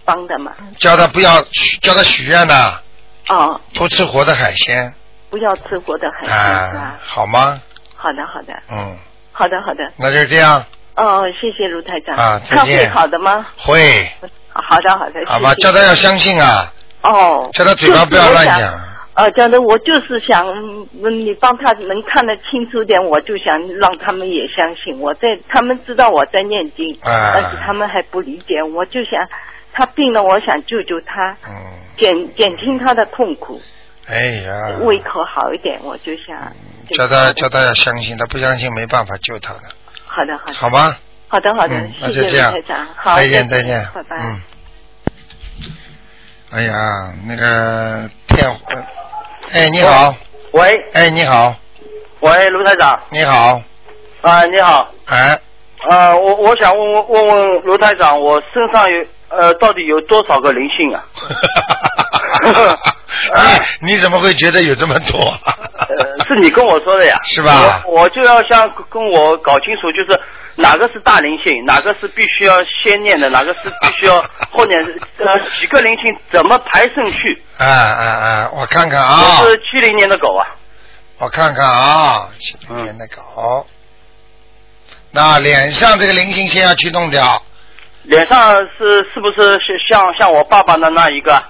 [SPEAKER 9] 帮的吗？
[SPEAKER 1] 叫他不要许，叫他许愿呐，
[SPEAKER 9] 哦，
[SPEAKER 1] 不吃活的海鲜
[SPEAKER 9] 不要吃活的海鲜。
[SPEAKER 1] 啊，好吗？
[SPEAKER 9] 好的，好的，
[SPEAKER 1] 嗯，
[SPEAKER 9] 好的，好的。
[SPEAKER 1] 那就这样，
[SPEAKER 9] 哦，谢谢卢台长。
[SPEAKER 1] 啊再见
[SPEAKER 9] 他会好的吗？
[SPEAKER 1] 会，
[SPEAKER 9] 好的，好的。
[SPEAKER 1] 好吧？
[SPEAKER 9] 谢谢
[SPEAKER 1] 叫他要相信啊，
[SPEAKER 9] 哦。
[SPEAKER 1] 叫他嘴巴不要乱
[SPEAKER 9] 就是我想。
[SPEAKER 1] 讲，
[SPEAKER 9] 呃，真的，我就是想，嗯你帮他能看得清楚点，我就想让他们也相信我在，他们知道我在念经，
[SPEAKER 1] 啊
[SPEAKER 9] 但是他们还不理解，我就想他病了，我想救救他，
[SPEAKER 1] 嗯，
[SPEAKER 9] 减减轻他的痛苦，
[SPEAKER 1] 哎呀，
[SPEAKER 9] 胃口好一点，我就想。
[SPEAKER 1] 嗯叫他叫他要相信，他不相信没办法救他的，
[SPEAKER 9] 好的，好的，
[SPEAKER 1] 好吗？
[SPEAKER 9] 好的，好的，
[SPEAKER 1] 嗯那
[SPEAKER 9] 谢
[SPEAKER 1] 就
[SPEAKER 9] 谢
[SPEAKER 1] 这
[SPEAKER 9] 卢
[SPEAKER 1] 样
[SPEAKER 9] 台长，好，
[SPEAKER 1] 再见再见
[SPEAKER 9] 拜拜。
[SPEAKER 1] 嗯哎呀，那个电，呃哎，你好，
[SPEAKER 11] 喂，
[SPEAKER 1] 哎，你好，
[SPEAKER 11] 喂，卢台长，
[SPEAKER 1] 你 好，
[SPEAKER 11] 啊、你好，
[SPEAKER 1] 哎，
[SPEAKER 11] 呃，我我想问问问问卢台长，我身上有呃，到底有多少个灵 性啊？
[SPEAKER 1] 你怎么会觉得有这么多？
[SPEAKER 11] 呃是你跟我说的呀，
[SPEAKER 1] 是吧
[SPEAKER 11] 我？我就要想跟我搞清楚，就是哪个是大灵性，哪个是必须要先念的，哪个是必须 要后面呃几个灵性怎么排顺序？
[SPEAKER 1] 啊啊啊！我看看啊
[SPEAKER 11] 我，是七零年的狗啊，
[SPEAKER 1] 我看看啊，七零年的狗，
[SPEAKER 9] 嗯
[SPEAKER 1] 那脸上这个菱形先要去弄掉，
[SPEAKER 11] 脸上是是不是是像像我爸爸的那一个啊？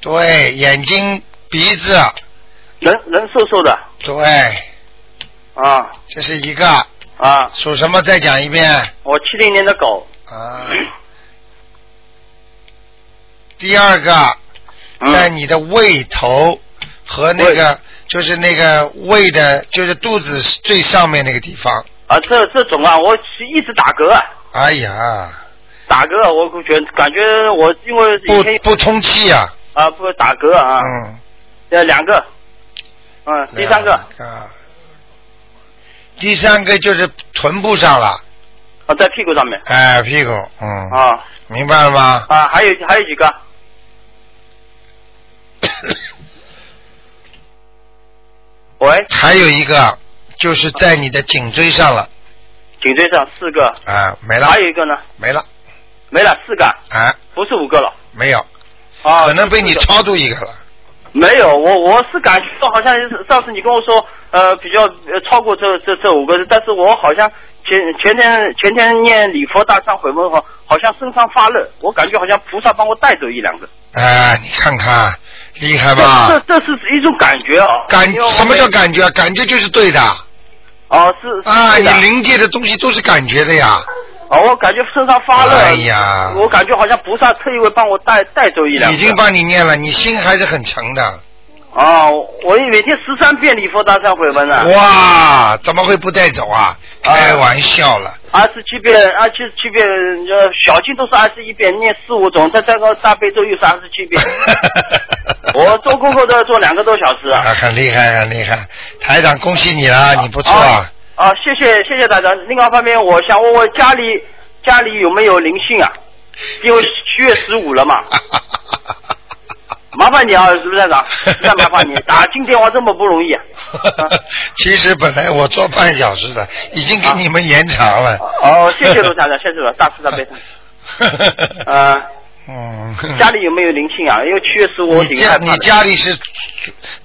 [SPEAKER 1] 对，眼睛、鼻子，
[SPEAKER 11] 人人瘦瘦的
[SPEAKER 1] 对，
[SPEAKER 11] 啊
[SPEAKER 1] 这是一个，
[SPEAKER 11] 啊！
[SPEAKER 1] 属什么？再讲一遍
[SPEAKER 11] 我七零年的狗，
[SPEAKER 1] 啊。第二个，
[SPEAKER 11] 嗯
[SPEAKER 1] 在你的胃头和那个就是那个胃的，就是肚子最上面那个地方。
[SPEAKER 11] 啊，这这种啊，我一直打嗝啊，
[SPEAKER 1] 哎呀，
[SPEAKER 11] 打嗝啊，我觉感觉我因为以
[SPEAKER 1] 不
[SPEAKER 11] 前
[SPEAKER 1] 不通气呀、
[SPEAKER 11] 啊不打嗝啊，
[SPEAKER 1] 嗯，
[SPEAKER 11] 呃两个，嗯，第三个
[SPEAKER 1] 啊。第三个就是臀部上了，
[SPEAKER 11] 啊在屁股上面
[SPEAKER 1] 哎，屁股，嗯，
[SPEAKER 11] 啊
[SPEAKER 1] 明白了吗？
[SPEAKER 11] 啊，还有还有几个喂，
[SPEAKER 1] 还有一个就是在你的颈椎上了，
[SPEAKER 11] 颈椎上四个，
[SPEAKER 1] 啊，没了，
[SPEAKER 11] 还有一个呢
[SPEAKER 1] 没了，
[SPEAKER 11] 没了四个，
[SPEAKER 1] 啊，
[SPEAKER 11] 不是五个了
[SPEAKER 1] 没有，
[SPEAKER 11] 啊，
[SPEAKER 1] 可能被你
[SPEAKER 11] 四个
[SPEAKER 1] 超度一个了，
[SPEAKER 11] 没有，我我是感觉到好像是上次你跟我说，呃，比较呃超过这这这五个，但是我好像前前天前天念礼佛大忏悔文后，好像身上发热，我感觉好像菩萨帮我带走一两个，
[SPEAKER 1] 啊，你看看，厉害
[SPEAKER 11] 这
[SPEAKER 1] 吧？
[SPEAKER 11] 这这是一种感觉啊，
[SPEAKER 1] 感
[SPEAKER 11] 因为我
[SPEAKER 1] 什么叫感觉啊？感觉就是对的
[SPEAKER 11] 哦是是
[SPEAKER 1] 啊！
[SPEAKER 11] 对
[SPEAKER 1] 你
[SPEAKER 11] 的
[SPEAKER 1] 灵界的东西都是感觉的呀。
[SPEAKER 11] 哦，我感觉身上发热，
[SPEAKER 1] 哎呀，
[SPEAKER 11] 我感觉好像菩萨特意会帮我带带走一两个，
[SPEAKER 1] 已经帮你念了，你心还是很诚的。
[SPEAKER 11] 啊，我我每天十三遍礼佛大忏悔文呢、
[SPEAKER 1] 哇，怎么会不带走啊？开玩笑了。
[SPEAKER 11] 二十七遍，二十七遍，呃，小经都是二十一遍，念四五种，再再个大悲咒又是二十七 遍。我做功课都要做两个多小时啊！
[SPEAKER 1] 啊，很厉害，很厉害！台长，恭喜你啦，你不错。
[SPEAKER 11] 啊啊，谢谢谢谢大家。另外一方面，我想问问家里家里有没有灵性啊？因为七月十五 了嘛。麻烦你啊，卢站长，实在麻烦你，打进电话这么不容易啊！
[SPEAKER 1] 其实本来我做半小时的，已经给你们延长了。
[SPEAKER 11] 哦，谢谢卢站长，谢谢卢，大慈大悲。呃，
[SPEAKER 1] 嗯，
[SPEAKER 11] 家里有没有灵性啊？因为七月十五我
[SPEAKER 1] 你
[SPEAKER 11] 挺
[SPEAKER 1] 家
[SPEAKER 11] 害怕的
[SPEAKER 1] 你家里是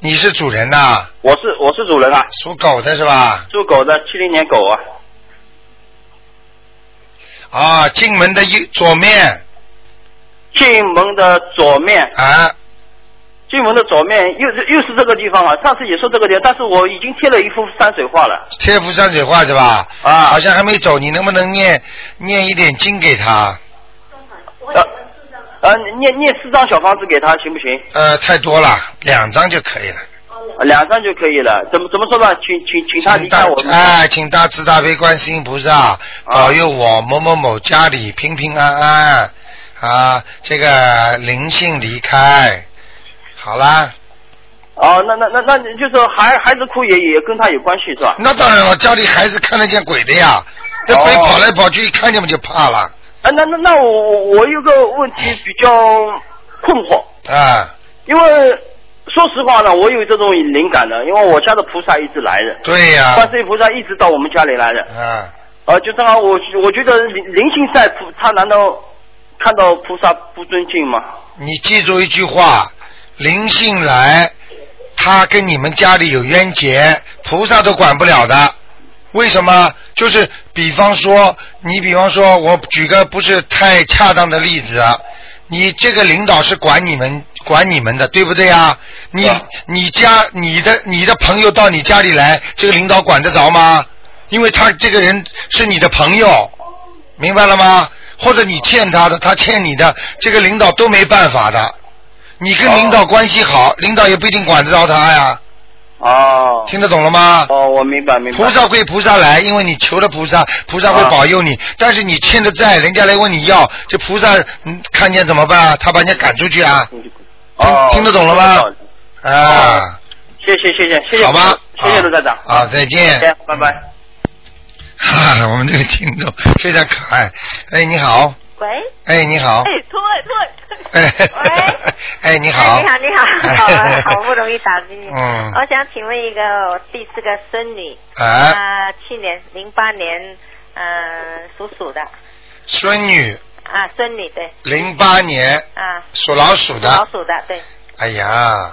[SPEAKER 1] 你是主人呐、
[SPEAKER 11] 我是我是主人啊，
[SPEAKER 1] 属狗的是吧？
[SPEAKER 11] 属狗的，七零年狗啊，
[SPEAKER 1] 啊，进门的右左面
[SPEAKER 11] 进门的左面。
[SPEAKER 1] 啊。
[SPEAKER 11] 进门的左面又是又是这个地方啊，上次也说这个地方，但是我已经贴了一幅山水画了。
[SPEAKER 1] 贴幅山水画是吧？啊，好像还没走，你能不能念念一点经给他？
[SPEAKER 11] 呃呃，念念四张小房子给他行不行？
[SPEAKER 1] 呃，太多了，两张就可以了。
[SPEAKER 11] 呃两张就可以了。怎么怎么说吧，请请请他离开
[SPEAKER 1] 大
[SPEAKER 11] 我们。啊
[SPEAKER 1] 哎，请大慈大悲观世音菩萨保佑我某某某家里平平安安啊，这个灵性离开，好啦。
[SPEAKER 11] 哦，那那那那，就是说孩孩子哭也也跟他有关系是吧？
[SPEAKER 1] 那当然了，家里孩子看得见鬼的呀，那鬼跑来跑去，一看见不就怕了
[SPEAKER 11] 啊，那那那我我我有个问题比较困惑，
[SPEAKER 1] 啊？
[SPEAKER 11] 因为说实话呢，我有这种灵感的，因为我家的菩萨一直来的，
[SPEAKER 1] 对呀、
[SPEAKER 11] 观世音菩萨一直到我们家里来的，
[SPEAKER 1] 啊。
[SPEAKER 11] 呃，就正好我我觉得灵灵性在菩，他难道看到菩萨不尊敬吗？
[SPEAKER 1] 你记住一句话：灵性来，他跟你们家里有冤结，菩萨都管不了的。为什么？就是比方说，你比方说，我举个不是太恰当的例子啊，你这个领导是管你们管你们的，对不对啊？你你家你的你的朋友到你家里来，这个领导管得着吗？因为他这个人是你的朋友，明白了吗？或者你欠他的，他欠你的，这个领导都没办法的。你跟领导关系好，领导也不一定管得着他呀。
[SPEAKER 11] 哦。
[SPEAKER 1] 听得懂了吗？
[SPEAKER 11] 哦，我明白明白。
[SPEAKER 1] 菩萨归菩萨来，因为你求了菩萨，菩萨会保佑
[SPEAKER 11] 啊
[SPEAKER 1] 你。但是你欠的债，人家来问你要，这菩萨嗯看见怎么办啊？他把人家赶出去啊？
[SPEAKER 11] 哦，
[SPEAKER 1] 听得懂了吗？啊
[SPEAKER 11] 谢谢谢谢谢谢，
[SPEAKER 1] 好吧，
[SPEAKER 11] 谢谢卢站长，
[SPEAKER 1] 啊，再见。
[SPEAKER 11] 再见，拜拜。
[SPEAKER 1] 啊， 我们这个听众非常可爱。哎，你好，
[SPEAKER 6] 喂。
[SPEAKER 1] 哎，你好，
[SPEAKER 6] 哎，托托。
[SPEAKER 1] 哎， 哎，你好，
[SPEAKER 6] 哎你好，你 好，好好不容易打进你。
[SPEAKER 1] 嗯
[SPEAKER 6] 我想请问一个我第四个孙女，
[SPEAKER 1] 啊，
[SPEAKER 6] 她去年零八年，嗯，属鼠的，
[SPEAKER 1] 孙女，
[SPEAKER 6] 啊，孙女对。
[SPEAKER 1] 零八年
[SPEAKER 6] 啊。
[SPEAKER 1] 属老鼠的
[SPEAKER 6] 老鼠的对。
[SPEAKER 1] 哎呀，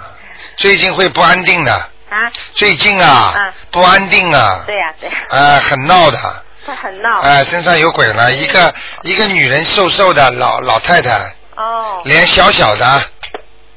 [SPEAKER 1] 最近会不安定的，
[SPEAKER 6] 啊。
[SPEAKER 1] 最近啊
[SPEAKER 6] 啊。
[SPEAKER 1] 不安定啊
[SPEAKER 6] 对呀，对呀。
[SPEAKER 1] 啊，很闹的，
[SPEAKER 6] 她很闹。
[SPEAKER 1] 啊，身上有鬼
[SPEAKER 10] 嗯
[SPEAKER 1] 了，一个一个女人瘦瘦的老老太太，
[SPEAKER 6] 哦。
[SPEAKER 1] 脸小小的，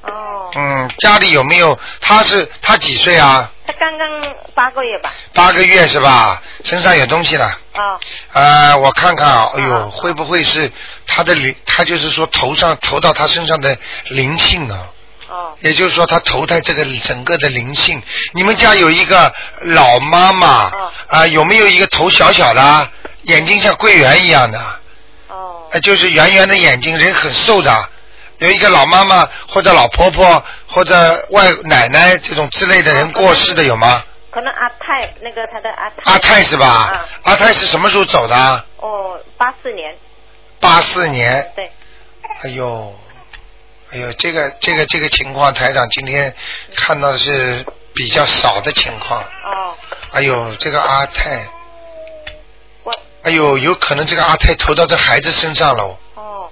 [SPEAKER 1] 哦，嗯，家里有没有？她是她几岁啊？
[SPEAKER 6] 她刚刚八个月吧？
[SPEAKER 1] 八个月是吧？身上有东西了。
[SPEAKER 6] 哦。
[SPEAKER 1] 呃，我看看啊，哎呦，会不会是他的灵？他就是说头上投到他身上的灵性啊。
[SPEAKER 6] 哦。
[SPEAKER 1] 也就是说，他投胎这个整个的灵性。你们家有一个老妈妈啊、有没有一个头小小的啊，眼睛像桂圆一样的？哦。就是圆圆的眼睛，人很瘦的。啊有一个老妈妈或者老婆婆或者外奶奶这种之类的人过世的有吗？
[SPEAKER 6] 可能阿泰那个她的阿泰。啊
[SPEAKER 1] 阿泰是吧？阿泰是什么时候走的啊？
[SPEAKER 6] 哦，八四年。
[SPEAKER 1] 八四年。
[SPEAKER 6] 对。
[SPEAKER 1] 哎呦，哎呦，这个这个这个情况，台长今天看到的是比较少的情况。
[SPEAKER 6] 哦。
[SPEAKER 1] 哎呦，这个阿泰。哎呦，有可能这个阿泰投到这孩子身上了。
[SPEAKER 6] 哦。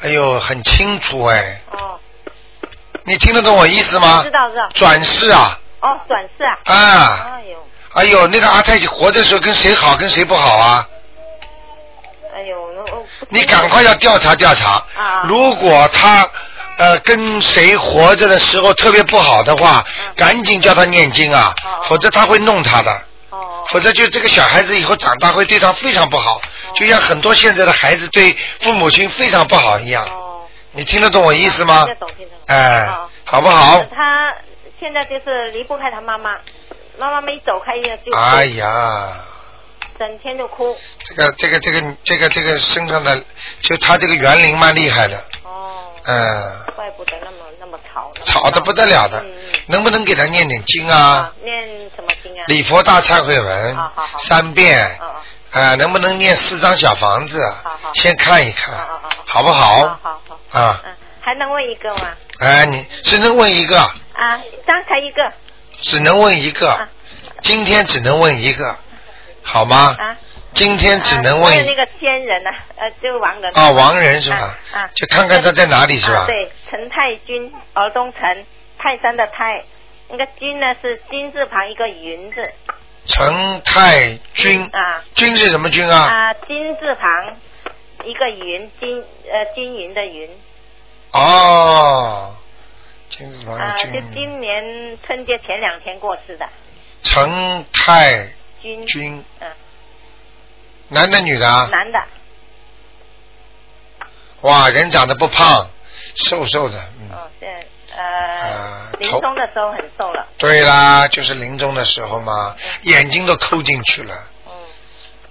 [SPEAKER 1] 哎呦，很清楚哎。哦。你听得懂我意思吗？
[SPEAKER 6] 知道知道。
[SPEAKER 1] 转世啊。
[SPEAKER 6] 哦，转世啊。
[SPEAKER 1] 啊。哎呦，那个阿泰活着时候跟谁好，跟谁不好啊？
[SPEAKER 6] 哎呦，那我不啊
[SPEAKER 1] 你赶快要调查调查。如果他呃跟谁活着的时候特别不好的话，
[SPEAKER 6] 嗯
[SPEAKER 1] 赶紧叫他念经啊，
[SPEAKER 6] 哦
[SPEAKER 1] 否则他会弄他的。否则就这个小孩子以后长大会对他非常不
[SPEAKER 6] 哦
[SPEAKER 1] 好，就像很多现在的孩子对父母亲非常不好一样。
[SPEAKER 6] 哦
[SPEAKER 1] 你听得懂我意思吗
[SPEAKER 6] 啊听得？懂，听得懂。
[SPEAKER 1] 哎，好不好？
[SPEAKER 6] 他现在就是离不开他妈妈，妈妈没走开就就
[SPEAKER 1] 哎呀。
[SPEAKER 6] 整天就哭。
[SPEAKER 1] 这个这个这个这个这个身上的，就他这个园林蛮厉害的。哦。嗯，
[SPEAKER 6] 怪不得那么那么吵。嗯
[SPEAKER 1] 吵得不得了的，能不能给他念点经啊？
[SPEAKER 6] 念什么经啊？
[SPEAKER 1] 礼佛大忏悔文三遍。啊能不能念四张小房子？先看一看，
[SPEAKER 6] 啊
[SPEAKER 1] 好不好？好好。啊，
[SPEAKER 6] 还能问一个吗？
[SPEAKER 1] 哎，你只能问一个，
[SPEAKER 6] 啊，刚才一个
[SPEAKER 1] 只能问一
[SPEAKER 6] 啊
[SPEAKER 1] 个，今天只能问一个，好吗？
[SPEAKER 6] 啊。
[SPEAKER 1] 今天只能
[SPEAKER 6] 还有
[SPEAKER 1] 问
[SPEAKER 6] 那个仙人呢、呃，就亡人。
[SPEAKER 1] 啊，亡人是吧？
[SPEAKER 6] 啊，
[SPEAKER 1] 就看看他在哪里是吧
[SPEAKER 6] 啊、对，陈太君，敖东陈，泰山的泰，那个君呢是金字旁一个云字。
[SPEAKER 1] 陈太君，
[SPEAKER 6] 啊。
[SPEAKER 1] 君是什么君啊？
[SPEAKER 6] 啊，金字旁一个云，金呃金云的云，
[SPEAKER 1] 哦，金字旁
[SPEAKER 6] 啊、
[SPEAKER 1] 金
[SPEAKER 6] 就今年春节前两天过世的，
[SPEAKER 1] 陈泰
[SPEAKER 6] 君
[SPEAKER 1] 君，
[SPEAKER 6] 嗯、
[SPEAKER 1] 男的女的啊？
[SPEAKER 6] 男的，
[SPEAKER 1] 哇，人长得不胖，瘦瘦的，嗯，
[SPEAKER 6] 嗯
[SPEAKER 1] 啊
[SPEAKER 6] 哦，现在呃，临
[SPEAKER 1] 头
[SPEAKER 6] 终的时候很瘦了，
[SPEAKER 1] 对啦，就是临终的时候嘛，
[SPEAKER 6] 嗯
[SPEAKER 1] 眼睛都抠进去了。嗯。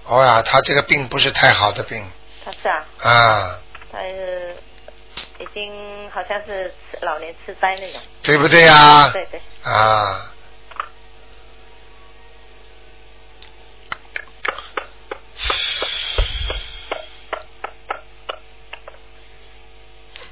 [SPEAKER 1] 哦呀，他这个病不是太好的病
[SPEAKER 6] 他是啊，
[SPEAKER 1] 啊，
[SPEAKER 6] 他是已经好像是痴老年痴呆那种，
[SPEAKER 1] 对不对呀
[SPEAKER 6] 对对，
[SPEAKER 1] 啊。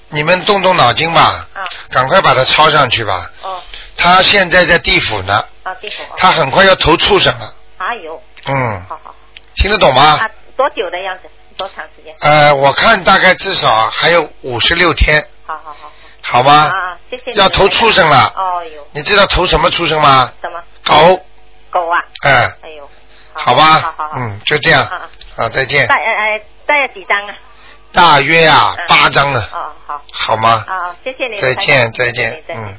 [SPEAKER 1] 你们动动脑筋吧，赶快把他抄上去吧。
[SPEAKER 6] 啊哦。
[SPEAKER 1] 他现在在地府呢，
[SPEAKER 6] 啊，地府，
[SPEAKER 1] 他很快要投畜生了。
[SPEAKER 6] 哎呦，
[SPEAKER 1] 嗯，
[SPEAKER 6] 好好，
[SPEAKER 1] 听得懂吗？
[SPEAKER 6] 啊，多久的样子？多长时间？
[SPEAKER 1] 呃，我看大概至少还有五十六天，
[SPEAKER 6] 好好好，
[SPEAKER 1] 好吗？
[SPEAKER 6] 啊，谢谢你。
[SPEAKER 1] 要投畜生了
[SPEAKER 6] 哦哟，
[SPEAKER 1] 你知道投什么畜生吗？
[SPEAKER 6] 什么？
[SPEAKER 1] 狗，
[SPEAKER 6] 狗啊。
[SPEAKER 1] 哎、
[SPEAKER 6] 哎呦，
[SPEAKER 1] 好
[SPEAKER 6] 好
[SPEAKER 1] 吧
[SPEAKER 6] 好好，
[SPEAKER 1] 嗯，就这样，
[SPEAKER 6] 啊
[SPEAKER 1] 啊，再见
[SPEAKER 6] 大。呃呃，大概几张啊？
[SPEAKER 1] 大约啊
[SPEAKER 6] 嗯，
[SPEAKER 1] 八张呢，
[SPEAKER 6] 哦，好。
[SPEAKER 1] 好吗？
[SPEAKER 6] 啊，谢谢你。
[SPEAKER 1] 再见，
[SPEAKER 6] 台
[SPEAKER 1] 再
[SPEAKER 6] 长
[SPEAKER 1] 见，嗯。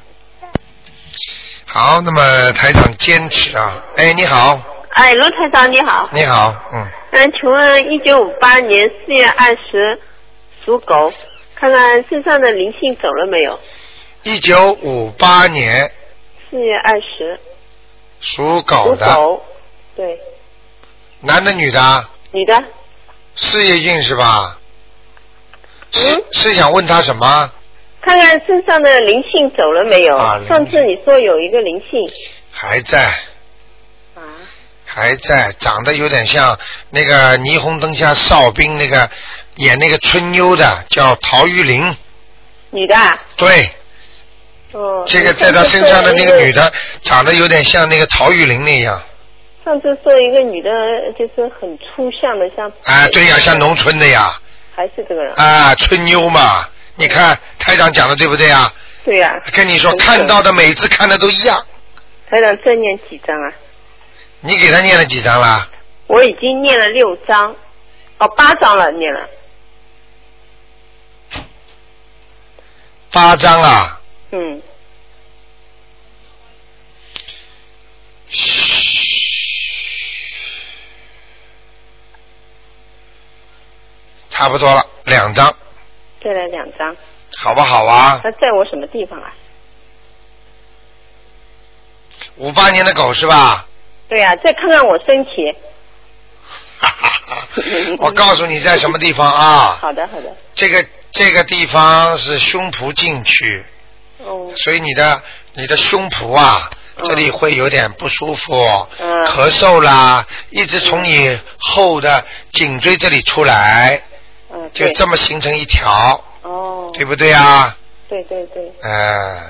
[SPEAKER 1] 好，那么台长坚持啊，哎，你好，
[SPEAKER 10] 哎，罗台长你好，
[SPEAKER 1] 你好，嗯，
[SPEAKER 10] 嗯，请问一九五八年四月二十属狗，看看身上的灵性走了没有？
[SPEAKER 1] 一九五八年
[SPEAKER 10] 四月二十，
[SPEAKER 1] 属狗的，
[SPEAKER 10] 对，
[SPEAKER 1] 男的女的啊？
[SPEAKER 10] 女的，
[SPEAKER 1] 事业运是吧？
[SPEAKER 6] 嗯
[SPEAKER 1] 是是想问他什么？
[SPEAKER 10] 看看身上的灵性走了没有？
[SPEAKER 1] 啊灵
[SPEAKER 10] 上次你说有一个灵性，
[SPEAKER 1] 还在。还在，长得有点像那个霓虹灯下哨兵那个演那个春妞的，叫陶玉玲。
[SPEAKER 10] 女的啊，
[SPEAKER 1] 对，
[SPEAKER 10] 哦，
[SPEAKER 1] 这个在他身上的那个女的，长得有点像那个陶玉玲那样。
[SPEAKER 10] 上次说一个女的，就是很粗相的，像
[SPEAKER 1] 啊，对呀，像农村的呀，
[SPEAKER 10] 还是这个人，
[SPEAKER 1] 啊，春妞嘛。你看台长讲的对不对啊？
[SPEAKER 10] 对呀、
[SPEAKER 1] 跟你说，看到的每次看的都一样。
[SPEAKER 10] 台长再念几张啊？
[SPEAKER 1] 你给他念了几张啦？
[SPEAKER 10] 我已经念了六章，哦，八章了，念了，
[SPEAKER 1] 八张啊。
[SPEAKER 10] 嗯。
[SPEAKER 1] 差不多了，两张，
[SPEAKER 10] 再来两张。
[SPEAKER 1] 好不好啊？
[SPEAKER 10] 他在我什么地方啊？
[SPEAKER 1] 五八年的狗是吧？
[SPEAKER 10] 对呀、再看看我身体。
[SPEAKER 1] 我告诉你在什么地方啊？
[SPEAKER 10] 好的，好的。
[SPEAKER 1] 这个这个地方是胸脯进去，
[SPEAKER 10] 哦，
[SPEAKER 1] 所以你的你的胸脯啊，这里会有点不舒服，
[SPEAKER 10] 嗯
[SPEAKER 1] 咳嗽啦，一直从你后的颈椎这里出来，
[SPEAKER 10] 嗯，
[SPEAKER 1] 就
[SPEAKER 10] 对
[SPEAKER 1] 这么形成一条，
[SPEAKER 10] 哦，
[SPEAKER 1] 对不对啊？
[SPEAKER 10] 对对对。
[SPEAKER 1] 嗯，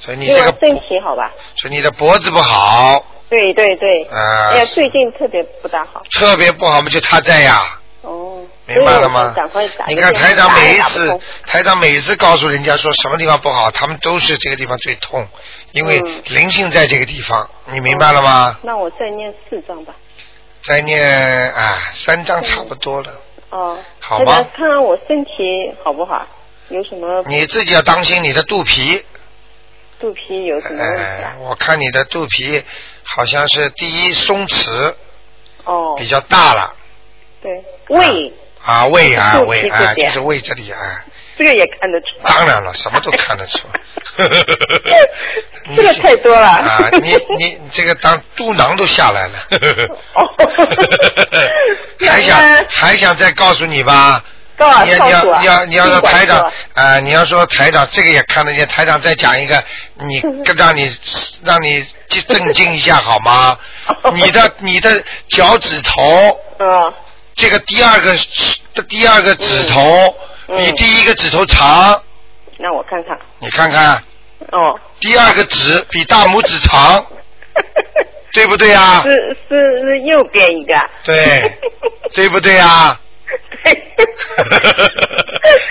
[SPEAKER 1] 所以你
[SPEAKER 10] 因为
[SPEAKER 1] 这
[SPEAKER 10] 我
[SPEAKER 1] 个，
[SPEAKER 10] 身体好吧？
[SPEAKER 1] 所以你的脖子不好，
[SPEAKER 10] 对对对。
[SPEAKER 1] 啊
[SPEAKER 10] 哎呀，最近特别不大好。
[SPEAKER 1] 特别不好嘛，就他在呀。
[SPEAKER 10] 哦。
[SPEAKER 1] 明白了
[SPEAKER 10] 所以我
[SPEAKER 1] 吗
[SPEAKER 10] 想赶快打
[SPEAKER 1] 你
[SPEAKER 10] 个
[SPEAKER 1] 看
[SPEAKER 10] 电
[SPEAKER 1] 台长
[SPEAKER 10] 话打
[SPEAKER 1] 每
[SPEAKER 10] 也
[SPEAKER 1] 一
[SPEAKER 10] 打不
[SPEAKER 1] 次
[SPEAKER 10] 通，
[SPEAKER 1] 台长每一次告诉人家说什么地方不好，他们都是这个地方最痛，因为
[SPEAKER 10] 嗯
[SPEAKER 1] 灵性在这个地方，你明白了吗？
[SPEAKER 10] 那我再念四张吧。
[SPEAKER 1] 再念啊，三张差不多了，
[SPEAKER 10] 哦。
[SPEAKER 1] 好
[SPEAKER 10] 台长
[SPEAKER 1] 吧
[SPEAKER 10] 看看我身体好不好？有什么？
[SPEAKER 1] 你自己要当心你的肚皮，
[SPEAKER 10] 肚皮有什么问题
[SPEAKER 1] 哎
[SPEAKER 10] 啊？，
[SPEAKER 1] 我看你的肚皮好像是第一松弛
[SPEAKER 10] 哦，
[SPEAKER 1] 比较大了
[SPEAKER 10] 对，胃
[SPEAKER 1] 啊，胃啊
[SPEAKER 10] 肚皮
[SPEAKER 1] 胃
[SPEAKER 10] 这
[SPEAKER 1] 啊，
[SPEAKER 10] 边
[SPEAKER 1] 就是胃这里啊，
[SPEAKER 10] 这个也看得出，
[SPEAKER 1] 当然了，什么都看得出。
[SPEAKER 10] 这个太多了。
[SPEAKER 1] 嗯啊，你你你这个当肚囊都下来了，
[SPEAKER 10] 哦
[SPEAKER 1] 还 想还想再告诉你吧？
[SPEAKER 10] 告啊
[SPEAKER 1] 你要
[SPEAKER 10] 告
[SPEAKER 1] 你
[SPEAKER 10] 诉
[SPEAKER 1] 要
[SPEAKER 10] 我
[SPEAKER 1] 你要你要
[SPEAKER 10] 尽
[SPEAKER 1] 说
[SPEAKER 10] 管
[SPEAKER 1] 台长
[SPEAKER 10] 说
[SPEAKER 1] 啊、你要说台长这个也看得见，台长再讲一个， 你让你让你震惊一下好吗？你 的你的脚趾头，
[SPEAKER 10] 嗯，
[SPEAKER 1] 这个第二个第二个指头、
[SPEAKER 10] 嗯
[SPEAKER 1] 比第一个指头长，
[SPEAKER 10] 那我看看。
[SPEAKER 1] 你看看，
[SPEAKER 10] 哦，
[SPEAKER 1] 第二个指比大拇指 长，对不对啊？
[SPEAKER 10] 是是是右边一个啊，
[SPEAKER 1] 对，对不对啊？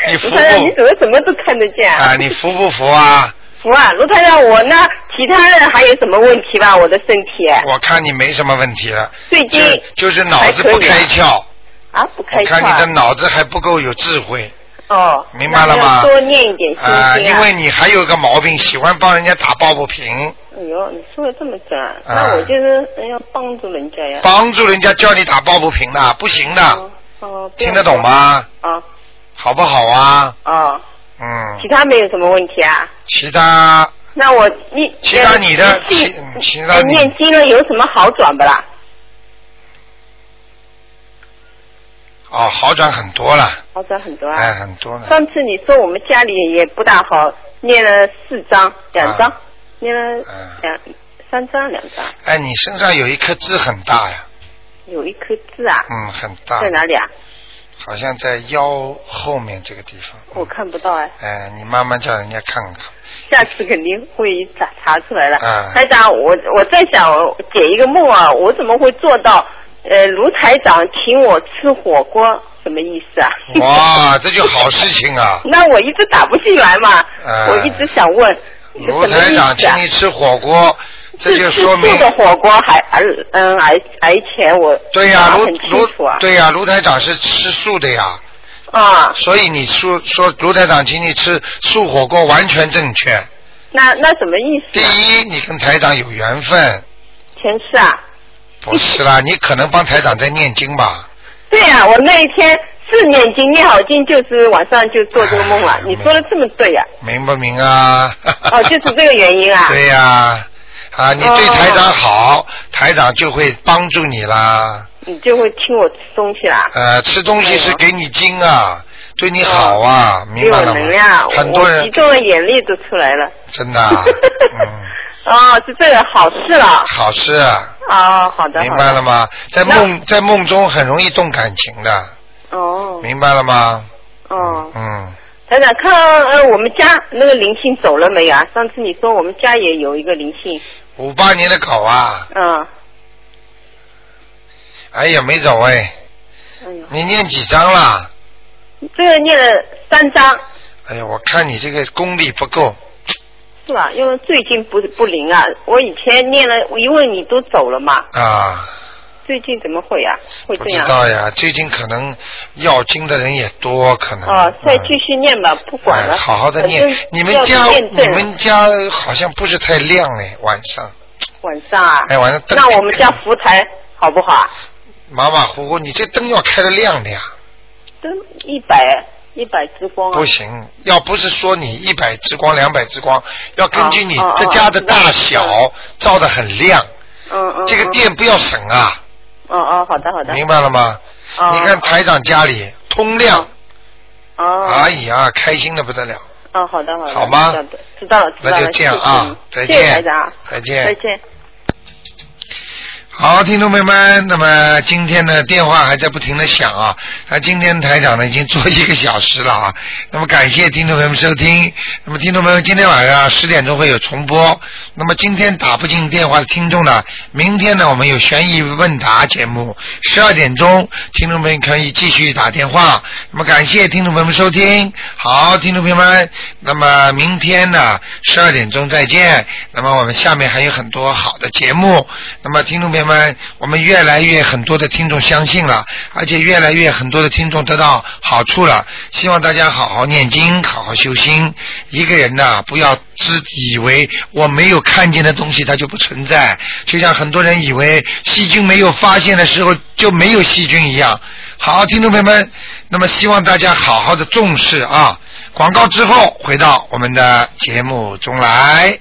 [SPEAKER 1] 你服
[SPEAKER 10] 卢台长，你
[SPEAKER 1] 不
[SPEAKER 10] 怎么什么都看得见啊？
[SPEAKER 1] 啊？你服不服啊？
[SPEAKER 10] 服啊，卢台长，我呢，其他人还有什么问题吧？我的身体
[SPEAKER 1] 我看你没什么问题了，
[SPEAKER 10] 最近
[SPEAKER 1] 就就是脑子不开窍，
[SPEAKER 10] 啊不开
[SPEAKER 1] 我看
[SPEAKER 10] 窍
[SPEAKER 1] 你的
[SPEAKER 10] 啊，
[SPEAKER 1] 脑子还不够有智慧，
[SPEAKER 10] 哦，
[SPEAKER 1] 明白了吗
[SPEAKER 10] 那要多念一点心经、
[SPEAKER 1] 啊、因为你还有一个毛病，喜欢帮人家打抱不平，
[SPEAKER 10] 哎呦，你说的这么准啊，
[SPEAKER 1] 啊
[SPEAKER 10] 那我就是哎要帮助人家呀。
[SPEAKER 1] 帮助人家叫你打抱不平的，不行的，
[SPEAKER 10] 哦，不要
[SPEAKER 1] 听得懂吗？
[SPEAKER 10] 啊
[SPEAKER 1] 好不好啊？
[SPEAKER 10] 哦，
[SPEAKER 1] 嗯，
[SPEAKER 10] 其他没有什么问题啊。
[SPEAKER 1] 其他
[SPEAKER 10] 那我你
[SPEAKER 1] 其他你的其其他
[SPEAKER 10] 我
[SPEAKER 1] 你
[SPEAKER 10] 念经了有什么好转不啦？
[SPEAKER 1] 哦好转很多了，
[SPEAKER 10] 好转很多啊。
[SPEAKER 1] 哎很多了。
[SPEAKER 10] 上次你说我们家里也不大好，念了四
[SPEAKER 1] 啊
[SPEAKER 10] 张，两张，念了两、三张，两张，
[SPEAKER 1] 哎，你身上有一颗痣很大呀，
[SPEAKER 10] 有一颗痣啊，
[SPEAKER 1] 嗯，很大
[SPEAKER 10] 在，哪里啊？
[SPEAKER 1] 好像在腰后面这个地方。
[SPEAKER 10] 我看不到哎，
[SPEAKER 1] 哎，你慢慢叫人家看 看。
[SPEAKER 10] 下次肯定会查查出来了。
[SPEAKER 1] 啊
[SPEAKER 10] 台长，我我在想我解一个梦啊，我怎么会做到？呃，卢台长请我吃火锅，什么意 思啊？
[SPEAKER 1] 哇，这就好事情 啊！
[SPEAKER 10] 那我一直打不进来嘛，
[SPEAKER 1] 哎
[SPEAKER 10] 我一直想问，什么
[SPEAKER 1] 卢
[SPEAKER 10] 意思啊
[SPEAKER 1] 台长请你吃火锅，这就说明
[SPEAKER 10] 是吃素的火锅还而嗯而而且我
[SPEAKER 1] 对呀、
[SPEAKER 10] 拿
[SPEAKER 1] 卢
[SPEAKER 10] 很清
[SPEAKER 1] 卢
[SPEAKER 10] 楚啊，
[SPEAKER 1] 对呀、卢台长是吃素的呀。
[SPEAKER 10] 啊，
[SPEAKER 1] 所以你说说卢台长请你吃素火锅完全正确。
[SPEAKER 10] 那那什么意思？啊
[SPEAKER 1] 第一，你跟台长有缘分，
[SPEAKER 10] 前世啊，
[SPEAKER 1] 不是 啦，你可能帮台长在念经吧？
[SPEAKER 10] 对呀、我那一天是念经念好经，就是晚上就做这个梦 啊，你说的这么对呀、
[SPEAKER 1] 明不明啊？
[SPEAKER 10] 哦，就是这个原因啊，哦
[SPEAKER 1] 对呀、啊，你对台长好，台长就会帮助你啦。
[SPEAKER 10] 你就会请我吃东西啦，
[SPEAKER 1] 呃，吃东西是给你精啊，对你好啊，
[SPEAKER 10] 哦给
[SPEAKER 1] 明
[SPEAKER 10] 我
[SPEAKER 1] 白了
[SPEAKER 10] 能量，
[SPEAKER 1] 吗？嗯很多
[SPEAKER 10] 我激
[SPEAKER 1] 人
[SPEAKER 10] 动的眼泪都出来了，
[SPEAKER 1] 真的 啊
[SPEAKER 10] 哦，是这个好事了，
[SPEAKER 1] 好事啊，
[SPEAKER 10] 哦，好的，
[SPEAKER 1] 明白了吗？在
[SPEAKER 10] 那
[SPEAKER 1] 梦在梦中很容易动感情的，
[SPEAKER 10] 好的？哦，
[SPEAKER 1] 明白了吗？
[SPEAKER 10] 哦。
[SPEAKER 1] 嗯，
[SPEAKER 10] 台长，看呃，我们家那个灵性走了没有啊？上次你说我们家也有一个灵性，
[SPEAKER 1] 五八年的狗啊，
[SPEAKER 10] 嗯，
[SPEAKER 1] 哎呀没走哎，
[SPEAKER 10] 哎呦，
[SPEAKER 1] 你念几张啦？
[SPEAKER 10] 这个念了三章
[SPEAKER 1] 哎呀，我看你这个功力不够，
[SPEAKER 10] 是吧？因为最近不不灵啊，我以前念了，因为你都走了嘛，
[SPEAKER 1] 啊，
[SPEAKER 10] 最近怎么会啊？会
[SPEAKER 1] 不
[SPEAKER 10] 这
[SPEAKER 1] 知
[SPEAKER 10] 样？
[SPEAKER 1] 道呀，最近可能要经的人也多，可能。
[SPEAKER 10] 哦，再继续念吧，不管了。
[SPEAKER 1] 哎好好的念
[SPEAKER 10] 反正，
[SPEAKER 1] 你们
[SPEAKER 10] 要
[SPEAKER 1] 家
[SPEAKER 10] 验
[SPEAKER 1] 你
[SPEAKER 10] 证
[SPEAKER 1] 们家好像不是太亮哎，晚上
[SPEAKER 10] 晚上啊？
[SPEAKER 1] 哎晚上灯
[SPEAKER 10] 那我们家福台好不好啊？
[SPEAKER 1] 马马虎虎，你这灯要开的亮的呀，
[SPEAKER 10] 都一百一百之光啊！
[SPEAKER 1] 不行，要不是说你一百之光、两百之光，要根据你
[SPEAKER 10] 哦哦哦
[SPEAKER 1] 这家的大小照的很亮，
[SPEAKER 10] 嗯嗯。
[SPEAKER 1] 这个
[SPEAKER 10] 嗯。
[SPEAKER 1] 电不要省啊，
[SPEAKER 10] 哦哦，好的好的。
[SPEAKER 1] 明白了吗？
[SPEAKER 10] 哦。
[SPEAKER 1] 你看台长家里通亮，
[SPEAKER 10] 哦。
[SPEAKER 1] 哎呀，开心的不得了，
[SPEAKER 10] 哦，好的，好的，
[SPEAKER 1] 好吗
[SPEAKER 10] 知道的知道了，知道
[SPEAKER 1] 那
[SPEAKER 10] 了，
[SPEAKER 1] 就这样啊，再
[SPEAKER 10] 谢谢嗯谢谢台
[SPEAKER 1] 见
[SPEAKER 10] 长啊，，
[SPEAKER 1] 再
[SPEAKER 10] 再
[SPEAKER 1] 见。
[SPEAKER 10] 见。
[SPEAKER 1] 好，听众朋友们，那么今天的电话还在不停的响啊，那今天台长呢已经做一个小时了啊，那么感谢听众朋友们收听，那么听众朋友们今天晚上十点钟会有重播，那么今天打不进电话的听众呢，明天呢我们有悬疑问答节目，十二点钟听众们可以继续打电话，那么感谢听众朋友们收听，好，听众朋友们，那么明天呢十二点钟再见，那么我们下面还有很多好的节目。那么听众朋友们，我们越来越很多的听众相信了，而且越来越很多的听众得到好处了。希望大家好好念经，好好修心。一个人呐、不要自以为我没有看见的东西它就不存在，就像很多人以为细菌没有发现的时候就没有细菌一样。好，听众朋友们，那么希望大家好好的重视啊。广告之后回到我们的节目中来。